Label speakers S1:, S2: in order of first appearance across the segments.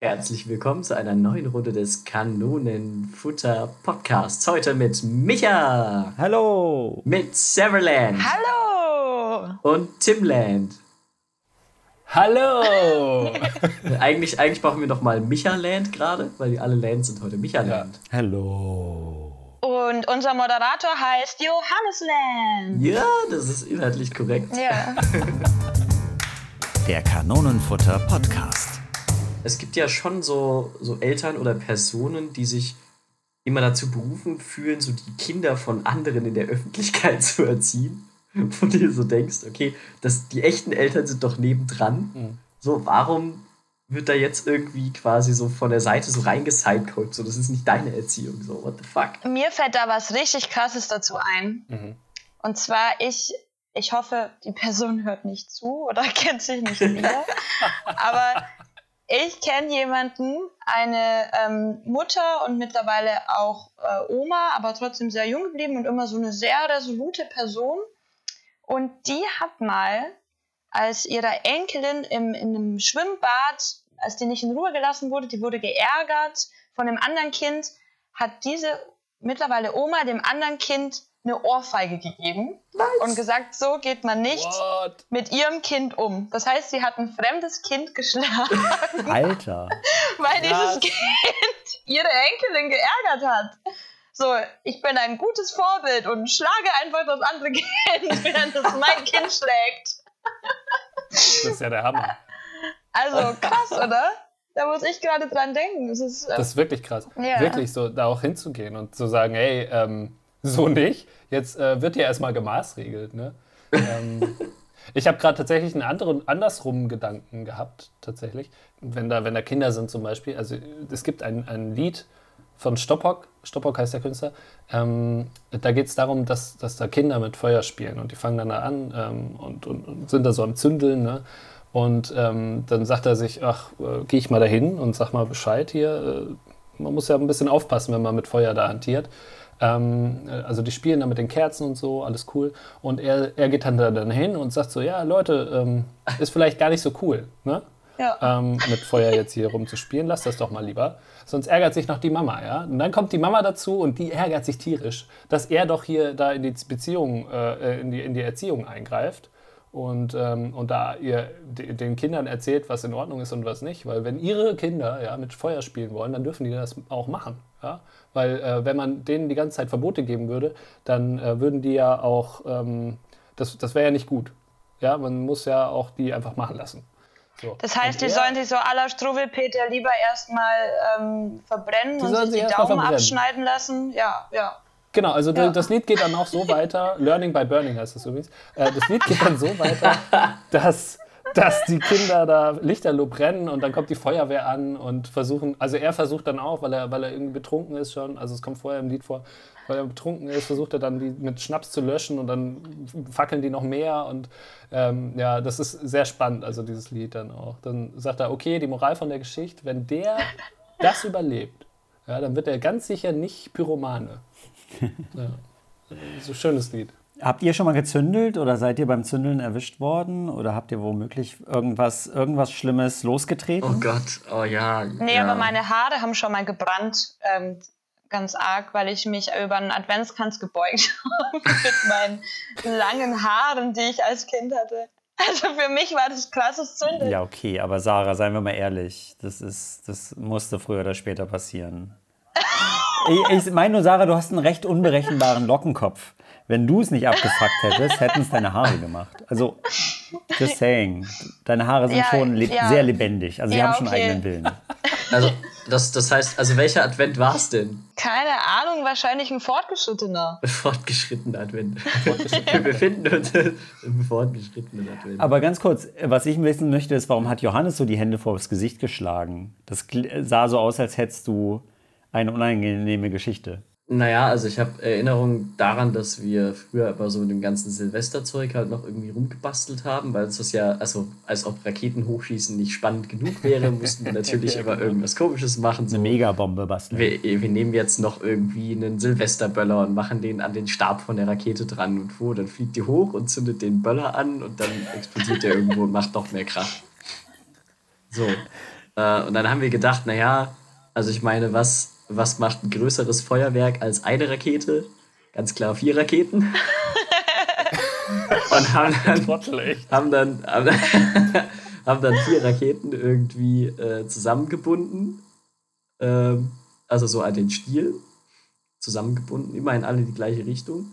S1: Herzlich willkommen zu einer neuen Runde des Kanonenfutter Podcasts. Heute mit Micha,
S2: Hallo!
S1: mit Severland
S3: Hallo!
S1: und Timland.
S4: Hallo!
S1: Äh, Eigentlich, eigentlich brauchen wir nochmal Micha-Land gerade, weil die alle Land sind heute Micha-Land.
S2: Hallo!
S3: Und unser Moderator heißt Johannesland.
S1: Ja. das ist inhaltlich korrekt.
S3: Ja.
S2: Der Kanonenfutter Podcast.
S1: Es gibt ja schon so, so Eltern oder Personen, die sich immer dazu berufen fühlen, so die Kinder von anderen in der Öffentlichkeit zu erziehen. Wo du dir so denkst, okay, das, die echten Eltern sind doch nebendran.
S4: Mhm.
S1: So, warum wird da jetzt irgendwie quasi so von der Seite so reingesidecode? So, das ist nicht deine Erziehung. So, what the fuck?
S3: Mir fällt da was richtig Krasses dazu ein. Und zwar, ich, ich hoffe, die Person hört nicht zu oder kennt sich nicht wieder. Aber ich kenne jemanden, eine ähm, Mutter und mittlerweile auch äh, Oma, aber trotzdem sehr jung geblieben und immer so eine sehr resolute Person. Und die hat mal, als ihrer Enkelin im, in einem Schwimmbad, als die nicht in Ruhe gelassen wurde, die wurde geärgert von einem anderen Kind, hat diese mittlerweile Oma dem anderen Kind eine Ohrfeige gegeben und gesagt, so geht man nicht
S4: What?
S3: mit ihrem Kind um. Das heißt, sie hat ein fremdes Kind geschlagen,
S2: Alter!
S3: weil
S4: Krass.
S3: dieses Kind ihre Enkelin geärgert hat. So, ich bin ein gutes Vorbild und schlage einfach das andere Kind, während es mein Kind schlägt.
S4: Das ist ja der Hammer.
S3: Also krass, oder? Da muss ich gerade dran denken. Das ist, äh,
S4: Das ist wirklich krass.
S3: Ja.
S4: Wirklich so da auch hinzugehen und zu sagen, hey, ähm, so nicht. Jetzt äh, wird ja erstmal gemaßregelt. Ne? ähm, ich habe gerade tatsächlich einen anderen, andersrum Gedanken gehabt, tatsächlich. Wenn da, wenn da Kinder sind zum Beispiel. Also es gibt ein, ein Lied von Stoppock, Stoppock heißt der Künstler, ähm, da geht es darum, dass, dass da Kinder mit Feuer spielen und die fangen dann da an ähm, und, und, und sind da so am Zündeln. Ne? Und ähm, dann sagt er sich, ach, äh, gehe ich mal dahin und sag mal Bescheid hier. Äh, man muss ja ein bisschen aufpassen, wenn man mit Feuer da hantiert. Ähm, äh, also die spielen da mit den Kerzen und so, alles cool. Und er, er geht dann da dann hin und sagt so, ja Leute, ähm, ist vielleicht gar nicht so cool. Ne?
S3: ja.
S4: ähm, mit Feuer jetzt hier rumzuspielen. Lass das doch mal lieber. Sonst ärgert sich noch die Mama, ja? Und dann kommt die Mama dazu und die ärgert sich tierisch, dass er doch hier da in die Beziehung, äh, in, die, in die Erziehung eingreift und, ähm, und da ihr de- den Kindern erzählt, was in Ordnung ist und was nicht. Weil wenn ihre Kinder ja, mit Feuer spielen wollen, dann dürfen die das auch machen. Ja? Weil äh, wenn man denen die ganze Zeit Verbote geben würde, dann äh, würden die ja auch, ähm, das, das wäre ja nicht gut. Ja, man muss ja auch die einfach machen lassen. So.
S3: Das heißt,
S4: Und
S3: die
S4: er-
S3: sollen sich so aller Struwelpeter lieber erstmal ähm, verbrennen
S4: Die
S3: und
S4: sollen
S3: sich
S4: sich
S3: die
S4: erst mal
S3: Daumen
S4: verbrennen.
S3: abschneiden lassen. Ja, ja.
S4: Genau, also
S3: Ja.
S4: d- das Lied geht dann auch so weiter, Learning by Burning heißt das übrigens, äh, das Lied geht dann so weiter, dass, dass die Kinder da Lichterloh brennen und dann kommt die Feuerwehr an und versuchen, also er versucht dann auch, weil er, weil er irgendwie betrunken ist schon, also es kommt vorher im Lied vor, weil er betrunken ist, versucht er dann die mit Schnaps zu löschen und dann fackeln die noch mehr und ähm, ja, das ist sehr spannend, also dieses Lied dann auch. Dann sagt er, okay, die Moral von der Geschichte, wenn der das überlebt, ja, dann wird er ganz sicher nicht Pyromane. So ein schönes Lied.
S2: Habt ihr schon mal gezündelt oder seid ihr beim Zündeln erwischt worden? Oder habt ihr womöglich irgendwas, irgendwas Schlimmes
S1: Oh
S2: losgetreten?
S1: Gott, oh ja.
S3: Nee,
S1: ja.
S3: aber meine Haare haben schon mal gebrannt, ähm, ganz arg, weil ich mich über einen Adventskranz gebeugt habe mit meinen langen Haaren, die ich als Kind hatte. Also für mich war das krasses Zünden.
S2: Ja, okay, aber Sarah, seien wir mal ehrlich, das, ist, das musste früher oder später passieren. Ich, ich meine nur, Sarah, du hast einen recht unberechenbaren Lockenkopf. Wenn du es nicht abgefuckt hättest, hätten es deine Haare gemacht. Also, just saying, deine Haare sind
S3: Ja,
S2: schon le
S3: ja.
S2: sehr lebendig. Also, sie
S3: Ja,
S2: haben schon
S3: okay.
S2: eigenen Willen.
S1: Also, das, das heißt, also welcher Advent war es denn?
S3: Keine Ahnung, wahrscheinlich ein fortgeschrittener.
S1: Fortgeschrittenen Advent. Wir befinden uns im fortgeschrittenen Advent.
S2: Aber ganz kurz, was ich wissen möchte, ist, warum hat Johannes so die Hände vor das Gesicht geschlagen? Das gl- sah so aus, als hättest du eine unangenehme Geschichte.
S1: Naja, also ich habe Erinnerungen daran, dass wir früher immer so mit dem ganzen Silvesterzeug halt noch irgendwie rumgebastelt haben, weil es das ja, also als ob Raketen hochschießen nicht spannend genug wäre, mussten wir natürlich immer irgendwas Komisches machen. So.
S2: Eine Megabombe basteln.
S1: Wir, wir nehmen jetzt noch irgendwie einen Silvesterböller und machen den an den Stab von der Rakete dran und wo, dann fliegt die hoch und zündet den Böller an und dann explodiert der irgendwo und macht noch mehr Krach. So. Äh, und dann haben wir gedacht, naja, also ich meine, was, was macht ein größeres Feuerwerk als eine Rakete? Ganz klar vier Raketen. und haben dann,
S4: Trottel, echt.
S1: haben dann, haben dann, haben dann vier Raketen irgendwie äh, zusammengebunden. Ähm, also so an den Stiel zusammengebunden, immer in alle die gleiche Richtung.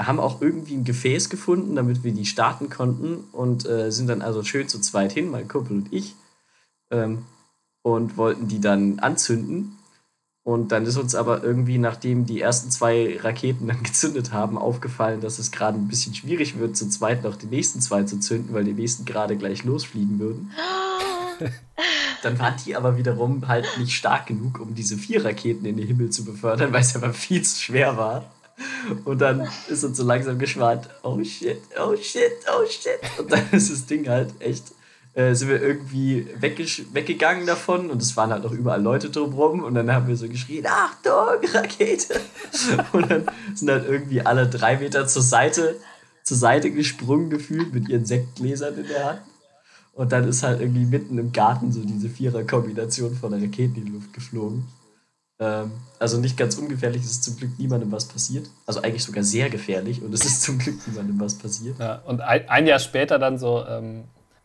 S1: Haben auch irgendwie ein Gefäß gefunden, damit wir die starten konnten und äh, sind dann also schön zu zweit hin, mein Kumpel und ich, ähm, und wollten die dann anzünden. Und dann ist uns aber irgendwie, nachdem die ersten zwei Raketen dann gezündet haben, aufgefallen, dass es gerade ein bisschen schwierig wird, zu zweit noch die nächsten zwei zu zünden, weil die nächsten gerade gleich losfliegen würden. Dann waren die aber wiederum halt nicht stark genug, um diese vier Raketen in den Himmel zu befördern, weil es aber viel zu schwer war. Und dann ist uns so langsam geschwant, oh shit, oh shit, oh shit. Und dann ist das Ding halt echt, äh, sind wir irgendwie weggesch- weggegangen davon und es waren halt noch überall Leute drumrum und dann haben wir so geschrien, Achtung, Rakete. Und dann sind halt irgendwie alle drei Meter zur Seite, zur Seite gesprungen gefühlt mit ihren Sektgläsern in der Hand. Und dann ist halt irgendwie mitten im Garten so diese Vierer-Kombination von Raketen in die Luft geflogen. Ähm, also nicht ganz ungefährlich, es ist zum Glück niemandem was passiert. Also eigentlich sogar sehr gefährlich und es ist zum Glück niemandem was passiert.
S4: Ja, und ein, ein Jahr später dann so, ähm,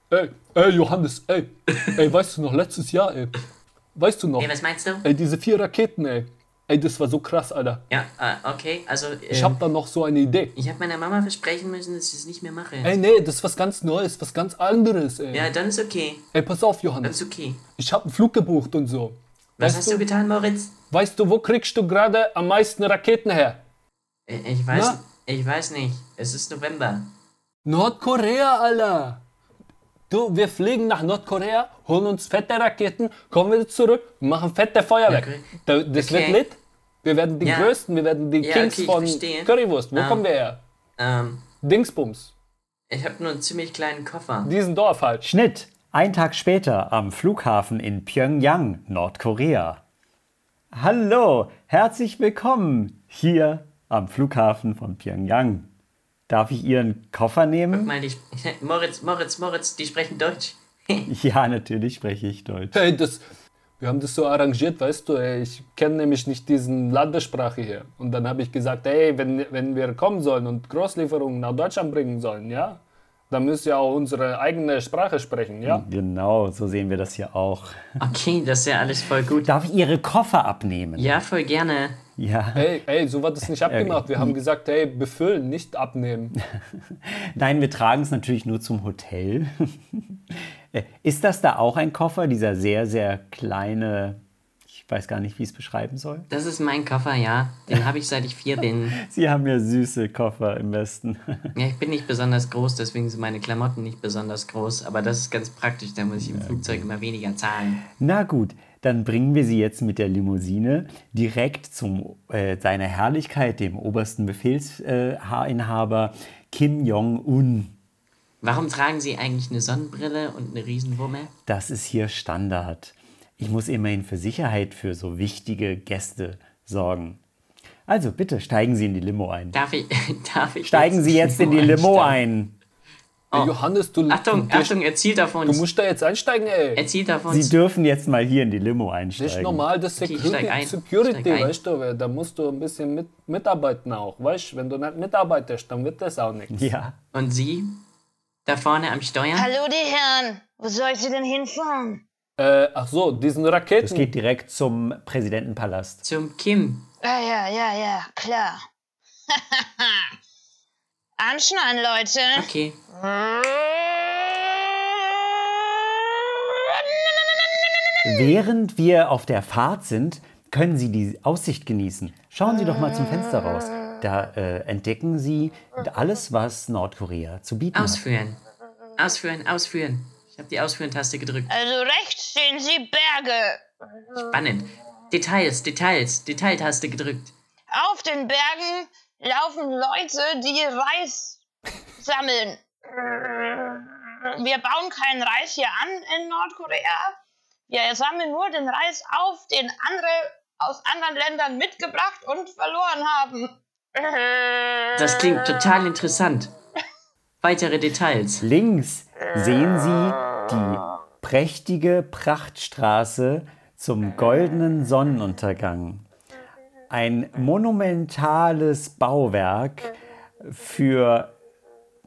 S4: ey, ey, Johannes, ey, ey, weißt du noch, letztes Jahr, ey, weißt du noch,
S5: Ey, was meinst du?
S4: ey, diese vier Raketen, ey, ey, das war so krass, Alter.
S5: Ja, äh, okay. Also, äh,
S4: Ich hab da noch so eine Idee.
S5: ich hab meiner Mama versprechen müssen, dass ich es nicht mehr mache.
S4: Ey, nee, das ist was ganz Neues, was ganz anderes, ey.
S5: Ja, dann ist okay.
S4: Ey, pass auf, Johannes,
S5: Ist okay.
S4: ich hab einen Flug gebucht und so.
S5: Was
S4: Weißt
S5: hast du getan, Moritz?
S4: Weißt du, wo kriegst du gerade am meisten Raketen her?
S5: Äh, Ich weiß,
S4: Na?
S5: ich weiß nicht. Es ist November.
S4: Nordkorea, Alter! Du, wir fliegen nach Nordkorea, holen uns fette Raketen, kommen wieder zurück, machen fette Feuerwerk.
S5: Okay.
S4: Da- Das
S5: Okay.
S4: wird lit. Wir werden die
S5: Ja.
S4: Größten, wir werden die
S5: Ja,
S4: Kings
S5: okay, ich
S4: von
S5: verstehe.
S4: Currywurst. Wo
S5: Ah.
S4: kommen wir her?
S5: Ähm,
S4: Dingsbums.
S5: ich habe nur einen ziemlich kleinen Koffer.
S4: Diesen Dorf halt.
S2: Schnitt. Ein Tag später am Flughafen in Pyongyang, Nordkorea. Hallo, herzlich willkommen hier am Flughafen von Pyongyang. Darf ich Ihren Koffer nehmen?
S5: Mal die, Sp- Moritz, Moritz, Moritz, die sprechen Deutsch.
S2: Ja, natürlich spreche ich Deutsch.
S4: Hey, das, wir haben das so arrangiert, weißt du, ey, ich kenne nämlich nicht diesen Landessprache hier. Und dann habe ich gesagt, hey, wenn, wenn wir kommen sollen und Großlieferungen nach Deutschland bringen sollen, ja, dann müsst ihr auch unsere eigene Sprache sprechen, ja?
S2: Genau, so sehen wir das hier auch.
S5: Okay, das ist ja alles voll gut.
S2: Darf ich Ihre Koffer abnehmen?
S5: Ja, voll gerne.
S2: Ja.
S4: Hey, hey, so war das nicht abgemacht. Wir haben gesagt, hey, befüllen, nicht abnehmen.
S2: Nein, wir tragen es natürlich nur zum Hotel. Äh, Ist das da auch ein Koffer, dieser sehr, sehr kleine, ich weiß gar nicht, wie ich es beschreiben soll?
S5: Das ist mein Koffer, ja. Den habe ich seit ich vier bin.
S2: Sie haben ja süße Koffer im Westen.
S5: Ja, ich bin nicht besonders groß, deswegen sind meine Klamotten nicht besonders groß. Aber das ist ganz praktisch, da muss ich im Flugzeug immer weniger zahlen.
S2: Na gut, dann bringen wir Sie jetzt mit der Limousine direkt zum äh, seiner Herrlichkeit, dem obersten Befehlsinhaber Kim Jong-un.
S5: Warum tragen Sie eigentlich eine Sonnenbrille und eine Riesenwumme?
S2: Das ist hier Standard. Ich muss immerhin für Sicherheit für so wichtige Gäste sorgen. Also bitte steigen Sie in die Limo ein.
S5: Darf ich, darf ich
S2: Steigen Sie jetzt in die Limo
S5: einsteigen?
S2: ein.
S4: Hey, Johannes, du,
S5: Oh. Achtung,
S4: du,
S5: Achtung, er zielt auf
S4: du
S5: uns.
S4: musst da jetzt einsteigen, ey.
S5: Er zielt auf
S2: Sie
S5: uns.
S2: dürfen jetzt mal hier in die Limo
S4: Das ist
S2: einsteigen.
S4: normal, das ist
S5: Okay, ich
S4: Security,
S5: steig ein,
S4: Security
S5: steig ein.
S4: weißt du, da musst du ein bisschen mit, mitarbeiten auch, weißt du, wenn du nicht mitarbeitest, dann wird das auch nichts.
S2: Ja,
S5: Und Sie? Da vorne am Steuer?
S3: Hallo, die Herren. Wo soll ich Sie denn hinfahren?
S4: Äh, ach so, diesen
S2: es
S4: Raketen,
S2: geht direkt zum Präsidentenpalast.
S5: Zum Kim.
S3: Ah, ja, ja, ja, klar. Anschnallen, Leute.
S5: Okay.
S2: Während wir auf der Fahrt sind, können Sie die Aussicht genießen. Schauen Sie doch mal zum Fenster raus. Da äh, entdecken Sie alles, was Nordkorea zu bieten hat.
S5: Ausführen. Ausführen, ausführen. Ich habe die Ausführen-Taste gedrückt.
S3: Also rechts sehen Sie Berge.
S5: Spannend. Details, Details, Detailtaste gedrückt.
S3: Auf den Bergen laufen Leute, die Reis sammeln. Wir bauen keinen Reis hier an in Nordkorea. Wir sammeln nur den Reis auf, den andere aus anderen Ländern mitgebracht und verloren haben.
S5: Das klingt total interessant. Weitere Details.
S2: Links sehen Sie die prächtige Prachtstraße zum goldenen Sonnenuntergang. Ein monumentales Bauwerk für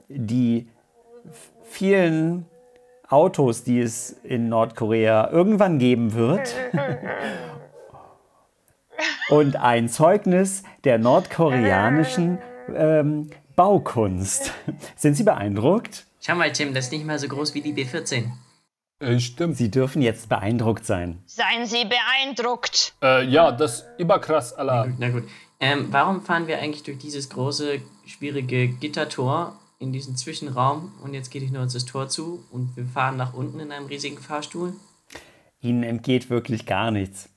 S2: die vielen Autos, die es in Nordkorea irgendwann geben wird. Und ein Zeugnis der nordkoreanischen ähm, Baukunst. Sind Sie beeindruckt?
S5: Schau mal, Tim, das ist nicht mal so groß wie die B14.
S4: Äh, stimmt.
S2: Sie dürfen jetzt beeindruckt sein.
S3: Seien Sie beeindruckt.
S4: Äh, ja, das ist überkrass, Allah.
S5: Na gut. Ähm, warum fahren wir eigentlich durch dieses große, schwierige Gittertor in diesen Zwischenraum und jetzt geht ich nur auf das Tor zu und wir fahren nach unten in einem riesigen Fahrstuhl?
S2: Ihnen entgeht wirklich gar nichts.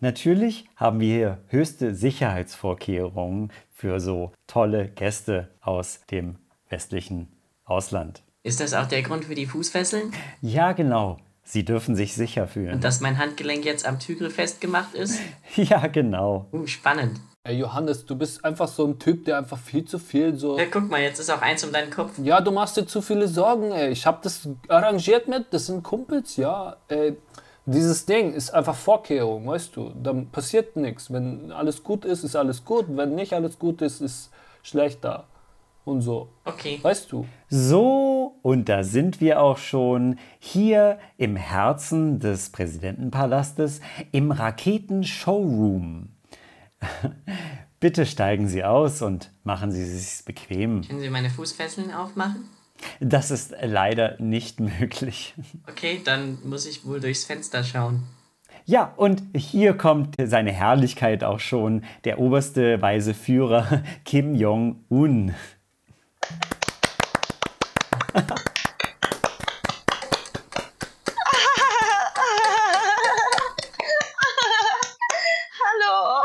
S2: Natürlich haben wir hier höchste Sicherheitsvorkehrungen für so tolle Gäste aus dem westlichen Ausland.
S5: Ist das auch der Grund für die Fußfesseln?
S2: Ja, genau. Sie dürfen sich sicher fühlen.
S5: Und dass mein Handgelenk jetzt am Tügel festgemacht ist?
S2: Ja, genau.
S5: Uh, spannend.
S4: Ey, Johannes, du bist einfach so ein Typ, der einfach viel zu viel so.
S5: Ja, guck mal, jetzt ist auch eins um deinen Kopf.
S4: Ja, du machst dir zu viele Sorgen, ey. Ich hab das arrangiert mit, das sind Kumpels, ja. Ey, dieses Ding ist einfach Vorkehrung, weißt du. Dann passiert nichts. Wenn alles gut ist, ist alles gut. Wenn nicht alles gut ist, ist schlechter. Und so.
S5: Okay.
S4: Weißt du?
S2: So, und da sind wir auch schon hier im Herzen des Präsidentenpalastes im Raketen-Showroom. Bitte steigen Sie aus und machen Sie es sich bequem.
S5: Können Sie meine Fußfesseln aufmachen?
S2: Das ist leider nicht möglich.
S5: Okay, dann muss ich wohl durchs Fenster schauen.
S2: Ja, und hier kommt seine Herrlichkeit auch schon, der oberste weise Führer Kim Jong-un.
S3: Hallo.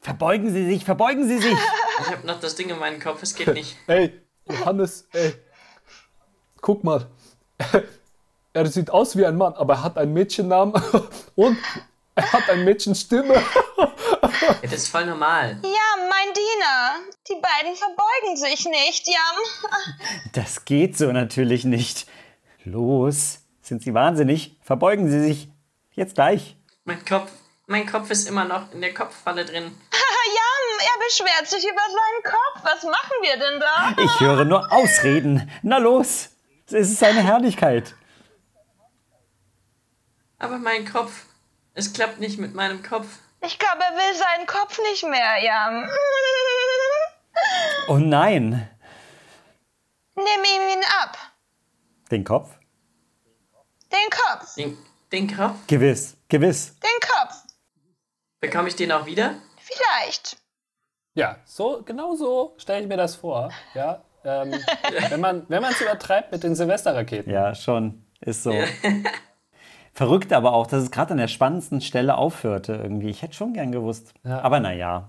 S2: Verbeugen Sie sich, verbeugen Sie sich!
S5: Ich habe noch das Ding in meinem Kopf, es geht nicht.
S4: Ey, Johannes, ey. Guck mal. Er sieht aus wie ein Mann, aber er hat einen Mädchennamen und er hat eine Mädchenstimme.
S5: Das ist voll normal.
S3: Jam, mein Diener. Die beiden verbeugen sich nicht, Jam.
S2: Das geht so natürlich nicht. Los, sind Sie wahnsinnig? Verbeugen Sie sich. Jetzt gleich.
S5: Mein Kopf, mein Kopf ist immer noch in der Kopffalle drin.
S3: Jam, er beschwert sich über seinen Kopf. Was machen wir denn da?
S2: Ich höre nur Ausreden. Na los, es ist seine Herrlichkeit.
S5: Aber mein Kopf, es klappt nicht mit meinem Kopf.
S3: Ich glaube, er will seinen Kopf nicht mehr, Jam.
S2: Oh nein,
S3: Nimm ihm ihn ab.
S2: den Kopf?
S3: Den Kopf.
S5: Den, den Kopf,
S2: Gewiss, gewiss.
S3: Den Kopf.
S5: bekomme ich den auch wieder?
S3: Vielleicht.
S4: Ja, so, genau so stelle ich mir das vor. Ja, ähm, wenn man es übertreibt mit den Silvesterraketen.
S2: Ja, schon, ist so. Verrückt aber auch, dass es gerade an der spannendsten Stelle aufhörte irgendwie. Ich hätte schon gern gewusst.
S4: Ja.
S2: Aber naja,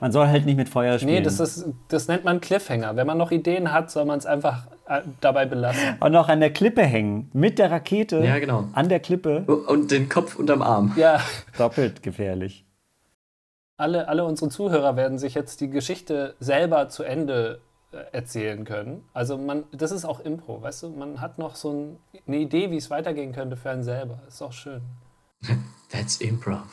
S2: man soll halt nicht mit Feuer spielen.
S4: Nee, das, ist, das nennt man Cliffhanger. Wenn man noch Ideen hat, soll man es einfach äh, dabei belassen.
S2: Und noch an der Klippe hängen, mit der Rakete.
S1: Ja, genau.
S2: An der Klippe.
S1: Und den Kopf unterm Arm.
S4: Ja,
S2: Doppelt gefährlich.
S4: alle, alle unsere Zuhörer werden sich jetzt die Geschichte selber zu Ende äh, erzählen können. Also man, das ist auch Impro, weißt du? Man hat noch so ein, eine Idee, wie es weitergehen könnte für einen selber. Ist auch schön.
S1: That's improv.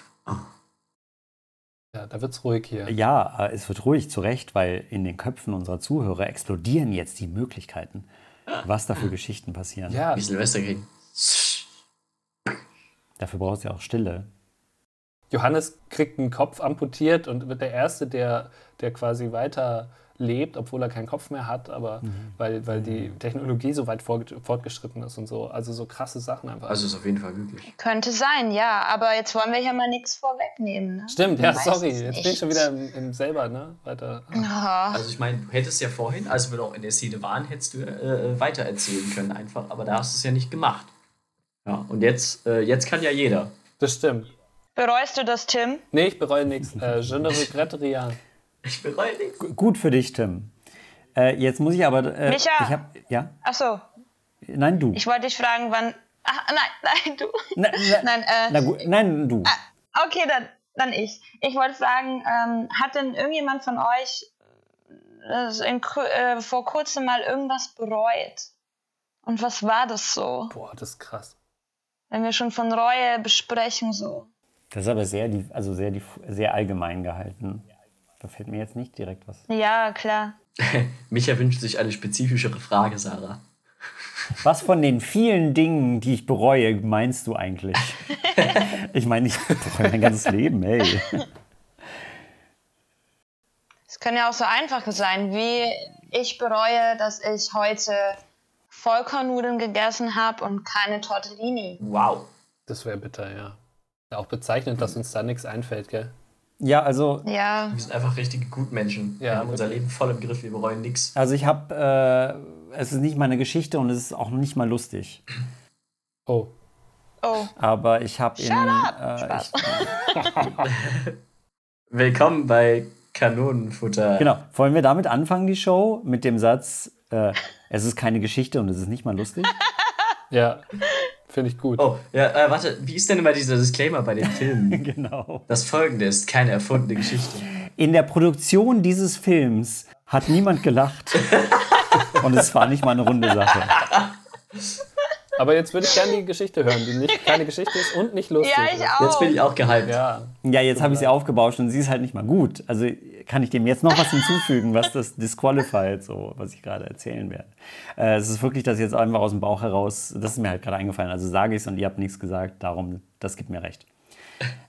S4: Ja, da wird's ruhig hier.
S2: Ja, äh, es wird ruhig zurecht, weil in den Köpfen unserer Zuhörer explodieren jetzt die Möglichkeiten, was da für Geschichten passieren.
S4: Ja,
S1: Wie Silvester kriegen.
S2: Dafür braucht es ja auch Stille.
S4: Johannes kriegt einen Kopf amputiert und wird der Erste, der, der quasi weiter lebt, obwohl er keinen Kopf mehr hat, aber
S1: Mhm.
S4: weil, weil die Technologie so weit vorge- fortgeschritten ist und so. Also so krasse Sachen einfach.
S1: Also ist auf jeden Fall möglich.
S3: Könnte sein, ja. Aber jetzt wollen wir ja mal nichts vorwegnehmen. Ne?
S4: Stimmt, ja,
S3: Man weiß
S4: sorry.
S3: es
S4: Jetzt bin ich
S3: nicht.
S4: schon wieder im, im selber, ne? Weiter.
S3: Ah.
S1: Also ich meine, du hättest ja vorhin, als wir noch in der Szene waren, hättest du äh, weiter erzählen können einfach, aber da hast du es ja nicht gemacht. Ja, und jetzt, äh, jetzt kann ja jeder.
S4: Das stimmt.
S3: Bereust du das, Tim?
S4: Nee, ich bereue nichts. Äh, je ne regrette rien.
S1: Ich bereue nichts.
S2: G gut für dich, Tim. Äh, jetzt muss ich aber. Äh,
S3: Micha!
S2: Ich hab, ja?
S3: Ach so,
S2: Nein, du.
S3: ich wollte dich fragen, wann. Ach, nein, nein, du.
S2: Na- na-
S3: Nein, äh,
S2: Ne, Na gut, nein, du.
S3: Okay, dann, dann ich. Ich wollte fragen, ähm, hat denn irgendjemand von euch äh, in, Kr- äh, vor kurzem mal irgendwas bereut? Und was war das so?
S4: Boah, das ist krass.
S3: wenn wir schon von Reue besprechen, so.
S2: Das ist aber sehr, die- also sehr, die- sehr allgemein gehalten. Da fällt mir jetzt nicht direkt was.
S3: Ja, klar.
S1: Micha wünscht sich eine spezifischere Frage, Sarah.
S2: Was von den vielen Dingen, die ich bereue, meinst du eigentlich? ich meine, ich bereue mein ganzes Leben, hey.
S3: Es können ja auch so einfache sein, wie ich bereue, dass ich heute Vollkornnudeln gegessen habe und keine Tortellini.
S1: Wow.
S4: Das wäre bitter, ja. ja. Auch bezeichnend, dass uns da nichts einfällt, gell?
S2: Ja, also,
S3: Ja,
S1: Wir sind einfach richtige Gutmenschen.
S4: Ja,
S1: wir haben unser Leben voll im Griff, wir bereuen nichts.
S2: also ich habe, äh, es ist nicht meine Geschichte und es ist auch nicht mal lustig.
S4: Oh.
S3: oh.
S2: Aber ich habe in. Äh, ich,
S1: Willkommen bei Kanonenfutter.
S2: genau. Wollen wir damit anfangen, die Show? Mit dem Satz, äh, es ist keine Geschichte und es ist nicht mal lustig?
S4: Ja. Finde ich gut.
S1: Oh, ja, äh, warte, wie ist denn immer dieser Disclaimer bei den Filmen?
S2: genau.
S1: Das folgende ist keine erfundene Geschichte.
S2: In der Produktion dieses Films hat niemand gelacht. und es war nicht mal eine runde Sache.
S4: Aber jetzt würde ich gerne die Geschichte hören, die nicht keine Geschichte ist und nicht lustig ne?
S3: Ja, ich
S4: ist.
S3: auch.
S1: Jetzt bin ich auch gehypt.
S4: Ja.
S2: Ja, jetzt habe ich sie aufgebauscht und sie ist halt nicht mal gut. Also kann ich dem jetzt noch was hinzufügen, was das disqualified, so was ich gerade erzählen werde. Äh, es ist wirklich, dass jetzt einfach aus dem Bauch heraus, das ist mir halt gerade eingefallen, also sage ich es und ihr habt nichts gesagt, darum, das gibt mir recht.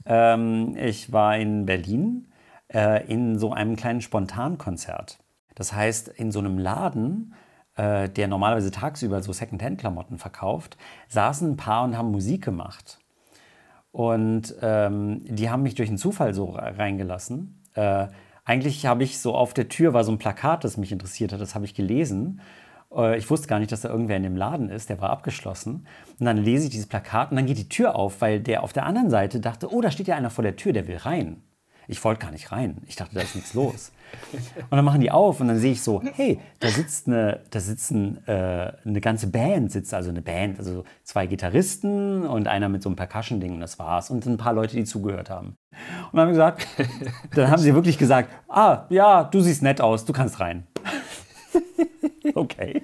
S2: Ähm, ich war in Berlin äh, in so einem kleinen Spontankonzert. Das heißt, in so einem Laden, äh, der normalerweise tagsüber so Secondhand-Klamotten verkauft, saßen ein paar und haben Musik gemacht. Und ähm, die haben mich durch einen Zufall so reingelassen. Äh, eigentlich habe ich so auf der Tür war so ein Plakat, das mich interessiert hat, das habe ich gelesen. Äh, ich wusste gar nicht, dass da irgendwer in dem Laden ist, der war abgeschlossen. Und dann lese ich dieses Plakat und dann geht die Tür auf, weil der auf der anderen Seite dachte, oh, da steht ja einer vor der Tür, der will rein. Ich wollte gar nicht rein. Ich dachte, da ist nichts los. Und dann machen die auf und dann sehe ich so, hey, da sitzt eine, da sitzen äh, eine ganze Band, sitzt also eine Band, also zwei Gitarristen und einer mit so einem Percussion-Ding und das war's. Und ein paar Leute, die zugehört haben. Und dann haben wir gesagt, dann haben sie wirklich gesagt, ah, ja, du siehst nett aus, du kannst rein. okay.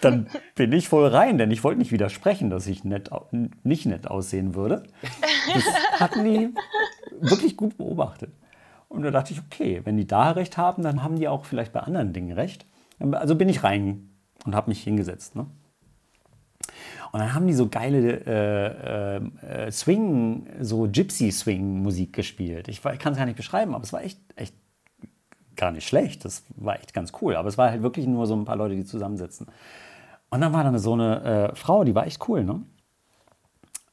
S2: Dann bin ich wohl rein, denn ich wollte nicht widersprechen, dass ich nett, au- nicht nett aussehen würde. Das hatten die wirklich gut beobachtet. Und da dachte ich, okay, wenn die da recht haben, dann haben die auch vielleicht bei anderen Dingen recht. Also bin ich rein und habe mich hingesetzt. Ne? Und dann haben die so geile äh, äh, äh, Swing, so Gypsy-Swing-Musik gespielt. Ich, war- ich kann es gar nicht beschreiben, aber es war echt, echt gar nicht schlecht. Das war echt ganz cool. Aber es war halt wirklich nur so ein paar Leute, die zusammensitzen. Und dann war da so eine äh, Frau, die war echt cool, ne?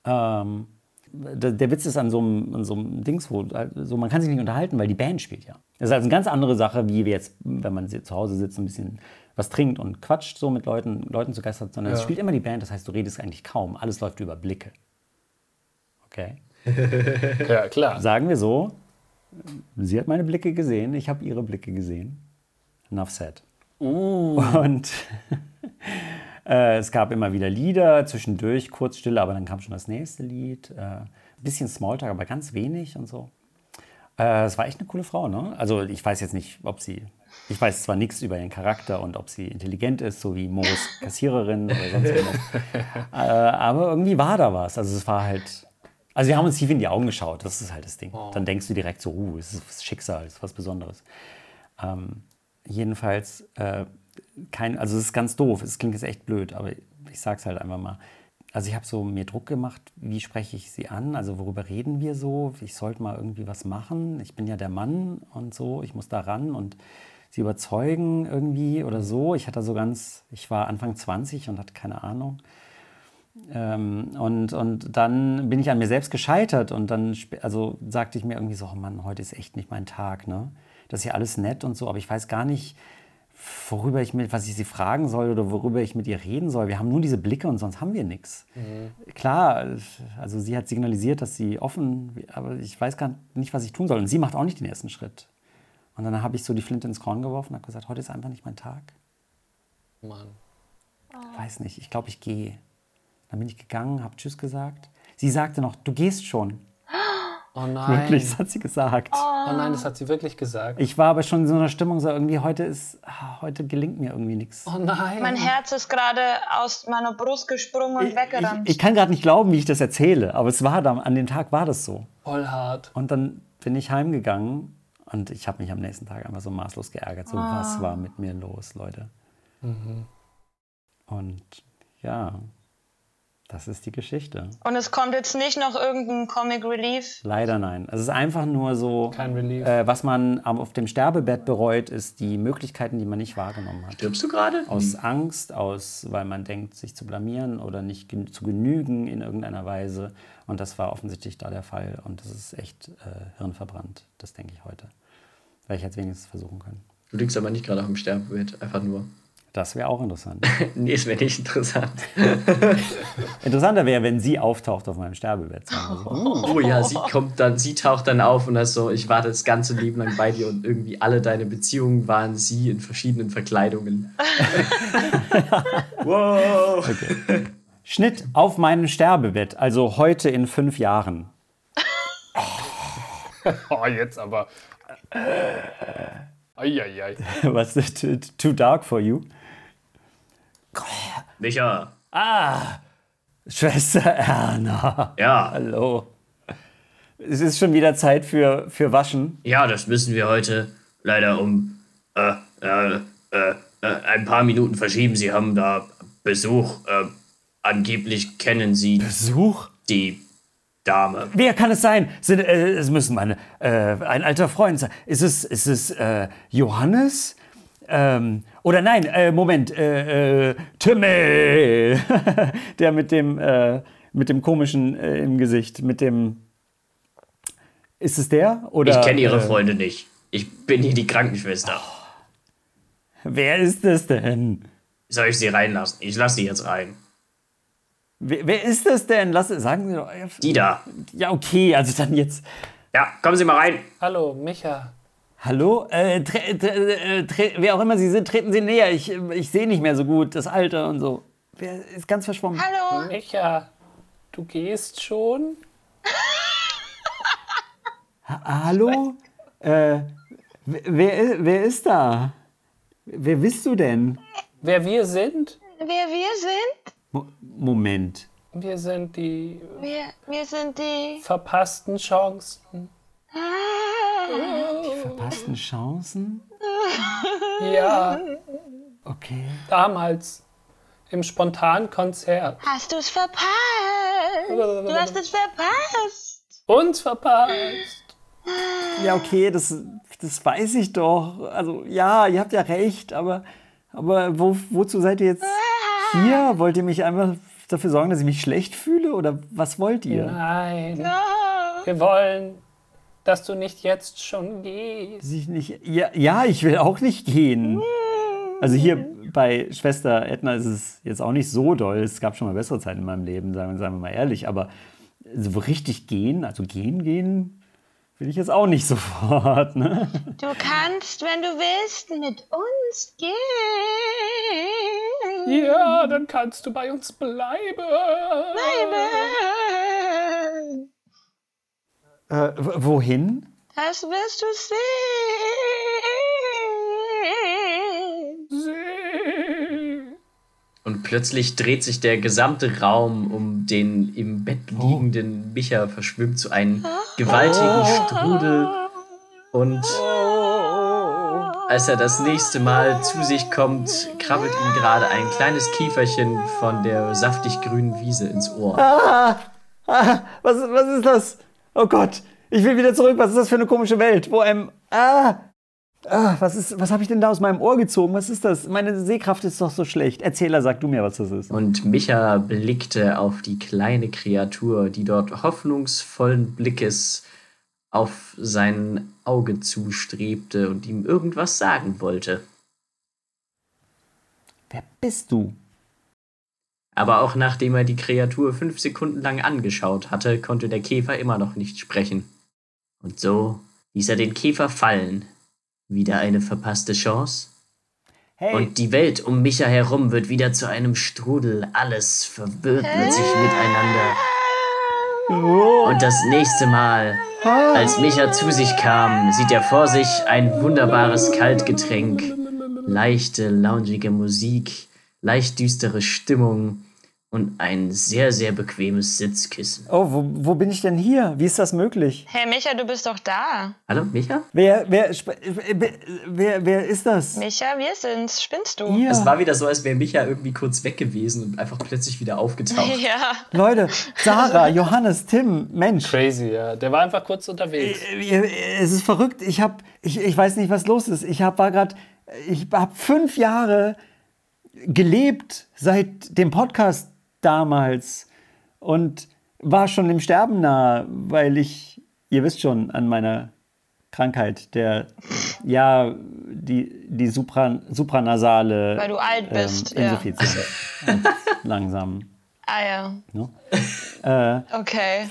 S2: Ähm, der, der Witz ist an so einem, an so einem Dings, wo halt so, man kann sich nicht unterhalten, weil die Band spielt ja. Das ist also eine ganz andere Sache, wie wir jetzt, wenn man si- zu Hause sitzt, ein bisschen was trinkt und quatscht so mit Leuten, Leuten zu Gast hat, sondern es spielt immer die Band, das heißt, du redest eigentlich kaum. Alles läuft über Blicke. Okay.
S4: Ja, klar.
S2: Sagen wir so, sie hat meine Blicke gesehen, ich habe ihre Blicke gesehen. Enough said. Und äh, es gab immer wieder Lieder, zwischendurch kurz Stille, aber dann kam schon das nächste Lied. Äh, ein bisschen Smalltalk, aber ganz wenig und so. Äh, es war echt eine coole Frau, ne? Also ich weiß jetzt nicht, ob sie... Ich weiß zwar nichts über ihren Charakter und ob sie intelligent ist, so wie Moos Kassiererin oder sonst irgendwas. äh, aber irgendwie war da was. Also es war halt... Also wir haben uns tief in die Augen geschaut, das ist halt das Ding. Dann denkst du direkt so, uh, es ist was Schicksal, es ist was Besonderes. Ähm, jedenfalls, äh, kein, also es ist ganz doof, es klingt jetzt echt blöd, aber ich sag's halt einfach mal. Also ich habe so mir Druck gemacht, wie spreche ich sie an, also worüber reden wir so, ich sollte mal irgendwie was machen, ich bin ja der Mann und so, ich muss da ran und sie überzeugen irgendwie oder so. Ich hatte so ganz, ich war Anfang 20 und hatte keine Ahnung. Ähm, und, und dann bin ich an mir selbst gescheitert und dann sp- also sagte ich mir irgendwie so, oh Mann, heute ist echt nicht mein Tag, ne? Das ist ja alles nett und so, aber ich weiß gar nicht, worüber ich mit, was ich sie fragen soll oder worüber ich mit ihr reden soll. Wir haben nur diese Blicke und sonst haben wir nichts. Klar, also sie hat signalisiert, dass sie offen, aber ich weiß gar nicht, was ich tun soll. Und sie macht auch nicht den ersten Schritt. Und dann habe ich so die Flinte ins Korn geworfen und habe gesagt, heute ist einfach nicht mein Tag
S4: Mann.
S2: weiß nicht, ich glaube, ich gehe. Dann bin ich gegangen, habe Tschüss gesagt. Sie sagte noch, du gehst schon.
S4: Oh nein.
S2: Wirklich, das hat sie gesagt.
S3: Oh
S4: Oh nein, das hat sie wirklich gesagt.
S2: Ich war aber schon in so einer Stimmung, so irgendwie heute ist, ah, heute gelingt mir irgendwie nichts.
S4: Oh nein.
S3: Mein Herz ist gerade aus meiner Brust gesprungen und weggerannt.
S2: Ich, ich kann gerade nicht glauben, wie ich das erzähle, aber es war dann, an dem Tag war das so.
S4: Voll hart.
S2: Und dann bin ich heimgegangen und ich habe mich am nächsten Tag einfach so maßlos geärgert. So,
S4: Ah.
S2: was war mit mir los, Leute?
S4: Mhm.
S2: Und ja, das ist die Geschichte.
S3: und es kommt jetzt nicht noch irgendein Comic Relief.
S2: Leider nein. Es ist einfach nur so,
S4: Kein Relief.
S2: äh, was man am- auf dem Sterbebett bereut, ist die Möglichkeiten, die man nicht wahrgenommen hat.
S1: Stirbst du gerade? Hm.
S2: Aus Angst, aus, weil man denkt, sich zu blamieren oder nicht gen zu genügen in irgendeiner Weise. Und das war offensichtlich da der Fall. Und das ist echt äh, hirnverbrannt. Das denke ich heute. Weil ich jetzt wenigstens versuchen können.
S1: Du liegst aber nicht gerade auf dem Sterbebett, einfach nur.
S2: Das wäre auch interessant.
S1: Nee, ist mir nicht interessant.
S2: Interessanter wäre, wenn sie auftaucht auf meinem Sterbebett. sagen wir so. Hm.
S1: Oh ja, sie kommt dann, sie taucht dann auf und heißt so, ich war das ganze Leben lang bei dir und irgendwie alle deine Beziehungen waren sie in verschiedenen Verkleidungen. wow.
S2: Schnitt auf meinem Sterbebett, also heute in fünf Jahren.
S4: Oh, jetzt aber. Äh, Eieiei.
S2: Was ist too, too dark for you?
S1: Micha,
S2: Ah, Schwester Erna.
S1: ja,
S2: Hallo. Es ist schon wieder Zeit für, für Waschen.
S1: ja, das müssen wir heute leider um äh, äh, äh, äh, ein paar Minuten verschieben. Sie haben da Besuch. Äh, angeblich kennen Sie
S2: Besuch?
S1: die Dame.
S2: Wer kann es sein? Sind, äh, es müssen meine, äh, ein alter Freund sein. Ist es, ist es äh, Johannes? Ähm, oder nein, äh, Moment, äh, äh, Timmy, der mit dem, äh, mit dem komischen äh, im Gesicht, mit dem, ist es der? Oder,
S1: Ich kenne Ihre
S2: äh,
S1: Freunde nicht. Ich bin hier die Krankenschwester.
S2: Wer ist das denn?
S1: Soll ich Sie reinlassen? Ich lasse Sie jetzt rein.
S2: Wer, wer ist das denn? Lass, sagen Sie doch. äh,
S1: Die da.
S2: Ja, okay, also dann jetzt.
S1: Ja, kommen Sie mal rein.
S4: Hallo, Micha.
S2: Hallo? Äh, tre, tre, äh, tre, wer auch immer Sie sind, treten Sie näher. Ich, äh, ich sehe nicht mehr so gut, das Alter und so. Wer ist ganz verschwommen?
S3: Hallo.
S4: Micha, du gehst schon?
S2: Ah, Hallo? Äh, w- wer, wer ist da? Wer bist du denn?
S4: Wer wir sind?
S3: Wer wir sind?
S2: Mo Moment.
S4: Wir sind die
S3: Wir, wir sind die.
S4: verpassten Chancen.
S2: Verpassten Chancen?
S4: Ja,
S2: Okay.
S4: damals im Spontankonzert.
S3: Hast du es verpasst? Du hast es verpasst.
S4: Uns verpasst.
S2: Ja, okay, das, das weiß ich doch. Also, ja, ihr habt ja recht, aber, aber wo, wozu seid ihr jetzt hier? Wollt ihr mich einfach dafür sorgen, dass ich mich schlecht fühle? Oder was wollt ihr?
S4: Nein,
S3: Oh.
S4: wir wollen, dass du nicht jetzt schon gehst.
S2: Dass ich nicht, ja, ja, ich will auch nicht gehen. Also, hier bei Schwester Edna ist es jetzt auch nicht so doll. Es gab schon mal bessere Zeiten in meinem Leben, seien wir, seien wir mal ehrlich. Aber so richtig gehen, also gehen, gehen, will ich jetzt auch nicht sofort. Ne?
S3: Du kannst, wenn du willst, mit uns gehen.
S4: Ja, dann kannst du bei uns bleiben.
S2: Äh, w- wohin?
S3: Das wirst du sehen.
S1: Und plötzlich dreht sich der gesamte Raum um den im Bett liegenden Micha verschwimmt zu einem gewaltigen Strudel. Und als er das nächste Mal zu sich kommt, krabbelt ihm gerade ein kleines Kieferchen von der saftig grünen Wiese ins Ohr.
S2: Ah, was, was ist das? Oh Gott, ich will wieder zurück. Was ist das für eine komische Welt? Wo einem. Ah! Ah, was ist, was habe ich denn da aus meinem Ohr gezogen? Was ist das? Meine Sehkraft ist doch so schlecht. Erzähler, sag du mir, was das ist.
S1: Und Micha blickte auf die kleine Kreatur, die dort hoffnungsvollen Blickes auf sein Auge zustrebte und ihm irgendwas sagen wollte.
S2: Wer bist du?
S1: Aber auch nachdem er die Kreatur fünf Sekunden lang angeschaut hatte, konnte der Käfer immer noch nicht sprechen. Und so ließ er den Käfer fallen. Wieder eine verpasste Chance.
S2: Hey,
S1: Und die Welt um Micha herum wird wieder zu einem Strudel. Alles verwirrt mit sich miteinander.
S5: Und das nächste Mal, als Micha zu sich kam, sieht er vor sich ein wunderbares Kaltgetränk, leichte, loungige Musik, leicht düstere Stimmung und ein sehr, sehr bequemes Sitzkissen.
S2: Oh, wo, wo bin ich denn hier? Wie ist das möglich?
S3: Hey Micha, du bist doch da.
S5: Hallo, Micha?
S2: Wer, wer, sp- wer, wer, wer ist das?
S3: Micha, wir sind's. Spinnst du?
S2: Ihr.
S1: Es war wieder so, als wäre Micha irgendwie kurz weg gewesen und einfach plötzlich wieder aufgetaucht.
S3: Ja.
S2: Leute, Sarah, Johannes, Tim, Mensch.
S4: Crazy, ja. Der war einfach kurz unterwegs.
S2: Äh, Es ist verrückt. Ich habe, ich, ich weiß nicht, was los ist. Ich hab, war gerade, ich habe fünf Jahre gelebt seit dem Podcast damals und war schon dem Sterben nahe, weil ich, ihr wisst schon, an meiner Krankheit, der, ja, die, die supran, supranasale ähm,
S3: Weil du alt bist, ja.
S2: Insuffizienz. Langsam.
S3: Ah ja.
S2: Ne?
S3: Okay.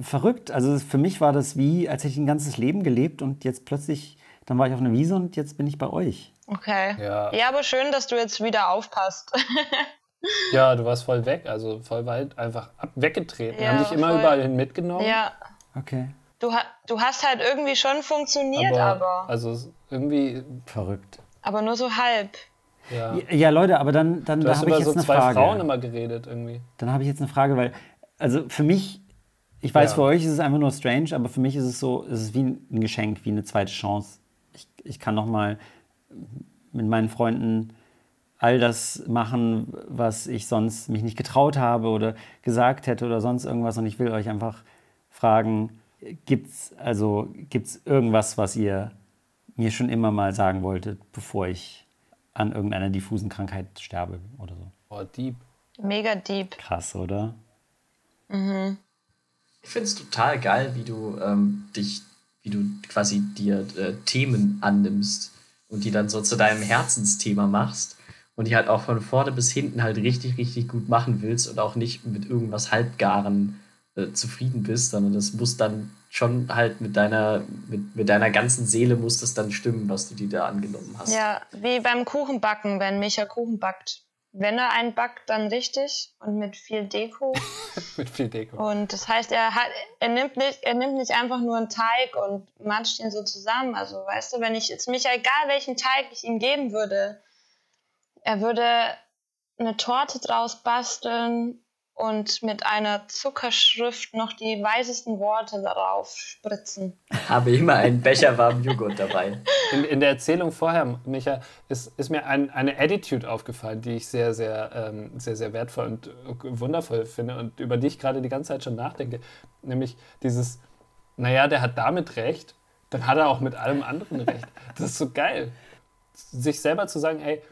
S2: verrückt. Also es- für mich war das wie, als hätte ich ein ganzes Leben gelebt und jetzt plötzlich, dann war ich auf einer Wiese und jetzt bin ich bei euch.
S3: Okay.
S4: Ja.
S3: ja, aber schön, dass du jetzt wieder aufpasst.
S4: Ja, du warst voll weg, also voll weit einfach ab weggetreten. Wir
S3: Ja,
S4: haben dich immer
S3: voll.
S4: überall hin mitgenommen.
S3: ja.
S2: Okay.
S3: Du, ha du hast halt irgendwie schon funktioniert,
S4: aber,
S3: aber,
S4: also es- irgendwie,
S2: Verrückt.
S3: aber nur so halb.
S4: ja.
S2: Ja, ja Leute, aber dann, dann
S4: Du
S2: da
S4: hast
S2: habe ich
S4: über
S2: jetzt
S4: so
S2: eine
S4: zwei
S2: Frage.
S4: Frauen immer geredet irgendwie.
S2: Dann habe ich jetzt eine Frage, weil, also für mich, ich weiß,
S4: Ja.
S2: für euch ist es einfach nur strange, aber für mich ist es so, es ist wie ein ein Geschenk, wie eine zweite Chance. Ich, ich kann nochmal mit meinen Freunden all das machen, was ich sonst mich nicht getraut habe oder gesagt hätte oder sonst irgendwas. Und ich will euch einfach fragen, gibt's also gibt's irgendwas, was ihr mir schon immer mal sagen wolltet, bevor ich an irgendeiner diffusen Krankheit sterbe oder so?
S4: Oh, deep.
S3: Mega deep.
S2: Krass, oder?
S1: Ich finde es total geil, wie du ähm, dich, wie du quasi dir äh, Themen annimmst und die dann so zu deinem Herzensthema machst und die halt auch von vorne bis hinten halt richtig, richtig gut machen willst und auch nicht mit irgendwas Halbgaren äh, zufrieden bist, sondern das muss dann schon halt mit deiner, mit, mit deiner ganzen Seele muss das dann stimmen, was du dir da angenommen hast.
S3: Ja, wie beim Kuchenbacken, wenn Micha Kuchen backt. Wenn er einen backt, dann richtig und mit viel Deko.
S4: Mit viel Deko.
S3: Und das heißt, er hat, er nimmt nicht, er nimmt nicht einfach nur einen Teig und matscht ihn so zusammen. Also weißt du, wenn ich jetzt mich egal welchen Teig ich ihm geben würde, er würde eine Torte draus basteln und mit einer Zuckerschrift noch die weisesten Worte darauf spritzen.
S1: Habe immer einen Becher warmen Joghurt dabei.
S4: In, in der Erzählung vorher, Micha, ist, ist mir ein, eine Attitude aufgefallen, die ich sehr, sehr, ähm, sehr, sehr wertvoll und äh, wundervoll finde und über die ich gerade die ganze Zeit schon nachdenke. Nämlich dieses, naja, der hat damit recht, dann hat er auch mit allem anderen recht. Das ist so geil. Sich selber zu sagen, ey,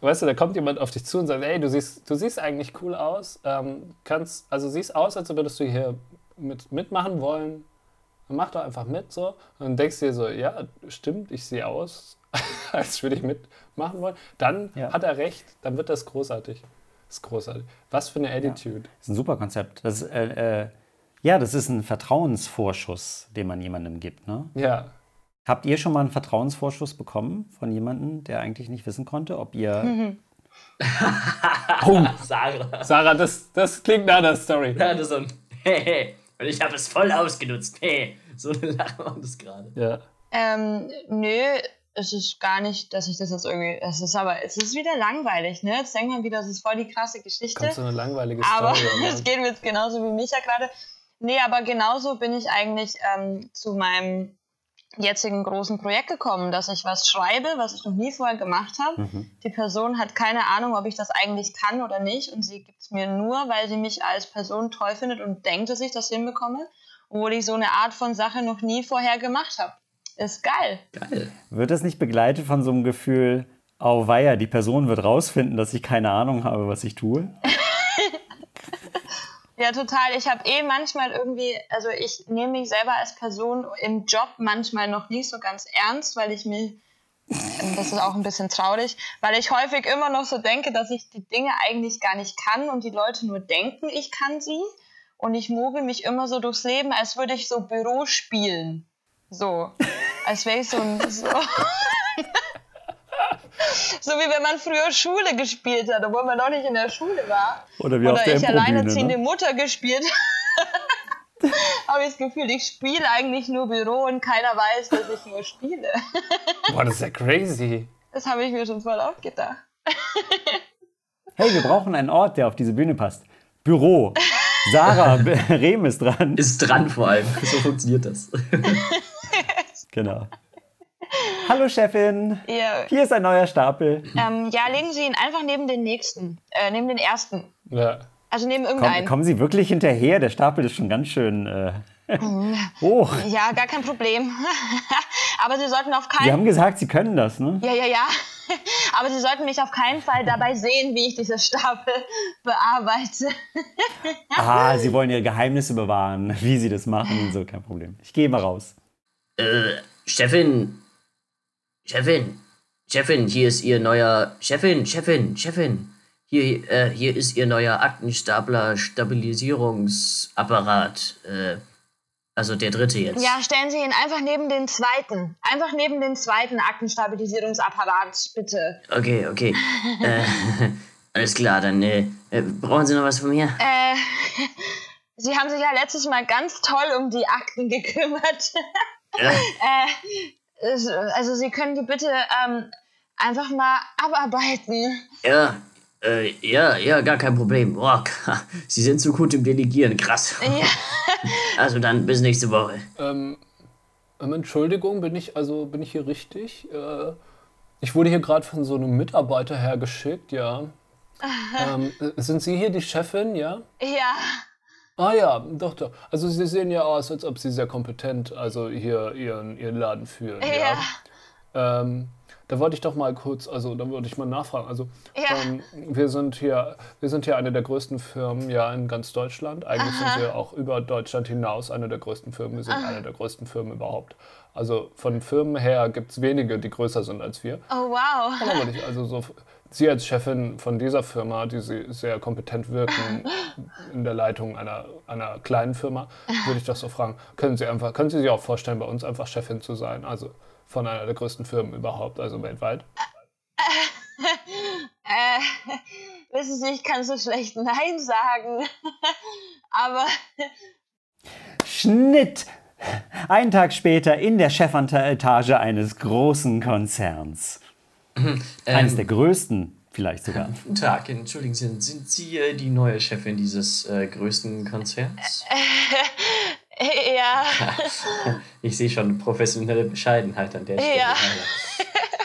S4: weißt du, da kommt jemand auf dich zu und sagt, ey, du siehst, du siehst eigentlich cool aus, ähm, kannst, also siehst aus, als würdest du hier mit, mitmachen wollen, und mach doch einfach mit so. Und dann denkst du dir so, ja, stimmt, ich sehe aus, als würde ich mitmachen wollen. Dann
S2: Ja.
S4: hat er recht, dann wird das großartig. Das ist großartig. Was für eine Attitude.
S2: Das ist ein super Konzept. Das, ist, äh, äh, ja, das ist ein Vertrauensvorschuss, den man jemandem gibt. Ne?
S4: Ja.
S2: Habt ihr schon mal einen Vertrauensvorschuss bekommen von jemandem, der eigentlich nicht wissen konnte, ob ihr.
S3: Mhm.
S1: Sarah.
S4: Sarah, das, das klingt nach einer Story.
S1: Ja, das ist so ein hey, hey. Und ich habe es voll ausgenutzt. Hey. So eine Lache war das gerade.
S4: Ja.
S3: Ähm, nö, es ist gar nicht, dass ich das jetzt irgendwie. Es ist aber, es ist wieder langweilig, ne? Jetzt denkt man wieder, das ist voll die krasse Geschichte.
S4: Kommt so eine langweilige
S3: Aber
S4: Story. an,
S3: es
S4: Mann.
S3: geht mir jetzt genauso wie Micha gerade. Nee, aber genauso bin ich eigentlich ähm, zu meinem jetzigen großen Projekt gekommen, dass ich was schreibe, was ich noch nie vorher gemacht habe. Die Person hat keine Ahnung, ob ich das eigentlich kann oder nicht und sie gibt es mir nur, weil sie mich als Person toll findet und denkt, dass ich das hinbekomme, obwohl ich so eine Art von Sache noch nie vorher gemacht habe. Ist geil.
S1: Geil.
S2: Wird das nicht begleitet von so einem Gefühl, oh weia, die Person wird rausfinden, dass ich keine Ahnung habe, was ich tue?
S3: Ja, total. Ich habe eh manchmal irgendwie, also ich nehme mich selber als Person im Job manchmal noch nicht so ganz ernst, weil ich mir, das ist auch ein bisschen traurig, weil ich häufig immer noch so denke, dass ich die Dinge eigentlich gar nicht kann und die Leute nur denken, ich kann sie. Und ich mogel mich immer so durchs Leben, als würde ich so Büro spielen. So. Als wäre ich so ein. So. So wie wenn man früher Schule gespielt hat, obwohl man noch nicht in der Schule war.
S2: Oder wie auf
S3: Oder
S2: der ne?
S3: ich alleine
S2: Improbühne.
S3: alleinerziehende
S2: Ne?
S3: Mutter gespielt habe ich das Gefühl, ich spiele eigentlich nur Büro und keiner weiß, dass ich nur spiele.
S4: Boah, das ist ja crazy.
S3: Das habe ich mir schon voll oft gedacht.
S2: Hey, wir brauchen einen Ort, der auf diese Bühne passt. Büro. Sarah B- Rehm ist dran.
S5: Ist dran vor allem. So funktioniert das.
S2: Genau. Hallo Chefin.
S3: Ja,
S2: Hier ist ein neuer Stapel.
S3: ähm, ja, legen Sie ihn einfach neben den nächsten, äh, neben den ersten.
S4: Ja.
S3: Also neben
S2: Komm,
S3: irgendeinen.
S2: kommen Sie wirklich hinterher? Der Stapel ist schon ganz schön äh, Oh, hoch.
S3: Ja, gar kein Problem. Aber Sie sollten auf
S2: Sie
S3: keinen
S2: haben gesagt, Sie können das, ne?
S3: Ja, ja, ja. Aber Sie sollten mich auf keinen Fall dabei sehen, wie ich diese Stapel bearbeite.
S2: Ah, Sie wollen Ihre Geheimnisse bewahren, wie Sie das machen und so, kein Problem. Ich gehe mal raus.
S5: Äh, Chefin. Chefin. Chefin, hier ist Ihr neuer. Chefin, Chefin, Chefin. Hier, äh, hier ist Ihr neuer Aktenstapler Stabilisierungsapparat. Äh, also der dritte jetzt.
S3: Ja, stellen Sie ihn einfach neben den zweiten. Einfach neben den zweiten Aktenstabilisierungsapparat, bitte.
S5: Okay, okay. äh, alles klar, dann äh, äh, brauchen Sie noch was von mir?
S3: Äh, Sie haben sich ja letztes Mal ganz toll um die Akten gekümmert. äh, es- also Sie können die bitte ähm, einfach mal abarbeiten.
S5: Ja, äh, ja, ja, gar kein Problem. Boah, k- Sie sind so gut im Delegieren, krass.
S3: Ja.
S5: Also dann bis nächste Woche.
S4: Ähm, ähm, Entschuldigung, bin ich, also bin ich hier richtig? Äh, ich wurde hier gerade von so einem Mitarbeiter hergeschickt, ja. Ähm, äh, sind Sie hier die Chefin, ja?
S3: Ja.
S4: Ah ja, doch, doch. Also Sie sehen ja aus, als ob Sie sehr kompetent, also hier Ihren, Ihren Laden führen. Ja. Ähm, da wollte ich doch mal kurz, also da wollte ich mal nachfragen. Also
S3: Ja.
S4: ähm, wir sind hier, wir sind hier eine der größten Firmen ja in ganz Deutschland. Eigentlich sind wir auch über Deutschland hinaus eine der größten Firmen. Wir sind eine der größten Firmen überhaupt. Also von Firmen her gibt es wenige, die größer sind als wir.
S3: Oh, wow.
S4: Aber würde ich also so Sie als Chefin von dieser Firma, die Sie sehr kompetent wirken in der Leitung einer, einer kleinen Firma, würde ich doch so fragen, können Sie einfach, können Sie sich auch vorstellen, bei uns einfach Chefin zu sein? Also von einer der größten Firmen überhaupt, also weltweit.
S3: Äh, wissen Sie, ich kann so schlecht Nein sagen. Aber
S2: Schnitt! Einen Tag später in der Chefetage eines großen Konzerns. Eines der größten, vielleicht sogar.
S1: Guten Tag, entschuldigen Sie, sind Sie äh, die neue Chefin dieses äh, größten Konzerns?
S3: äh, ja,
S1: Ich sehe schon professionelle Bescheidenheit an der Stelle.
S3: Ja.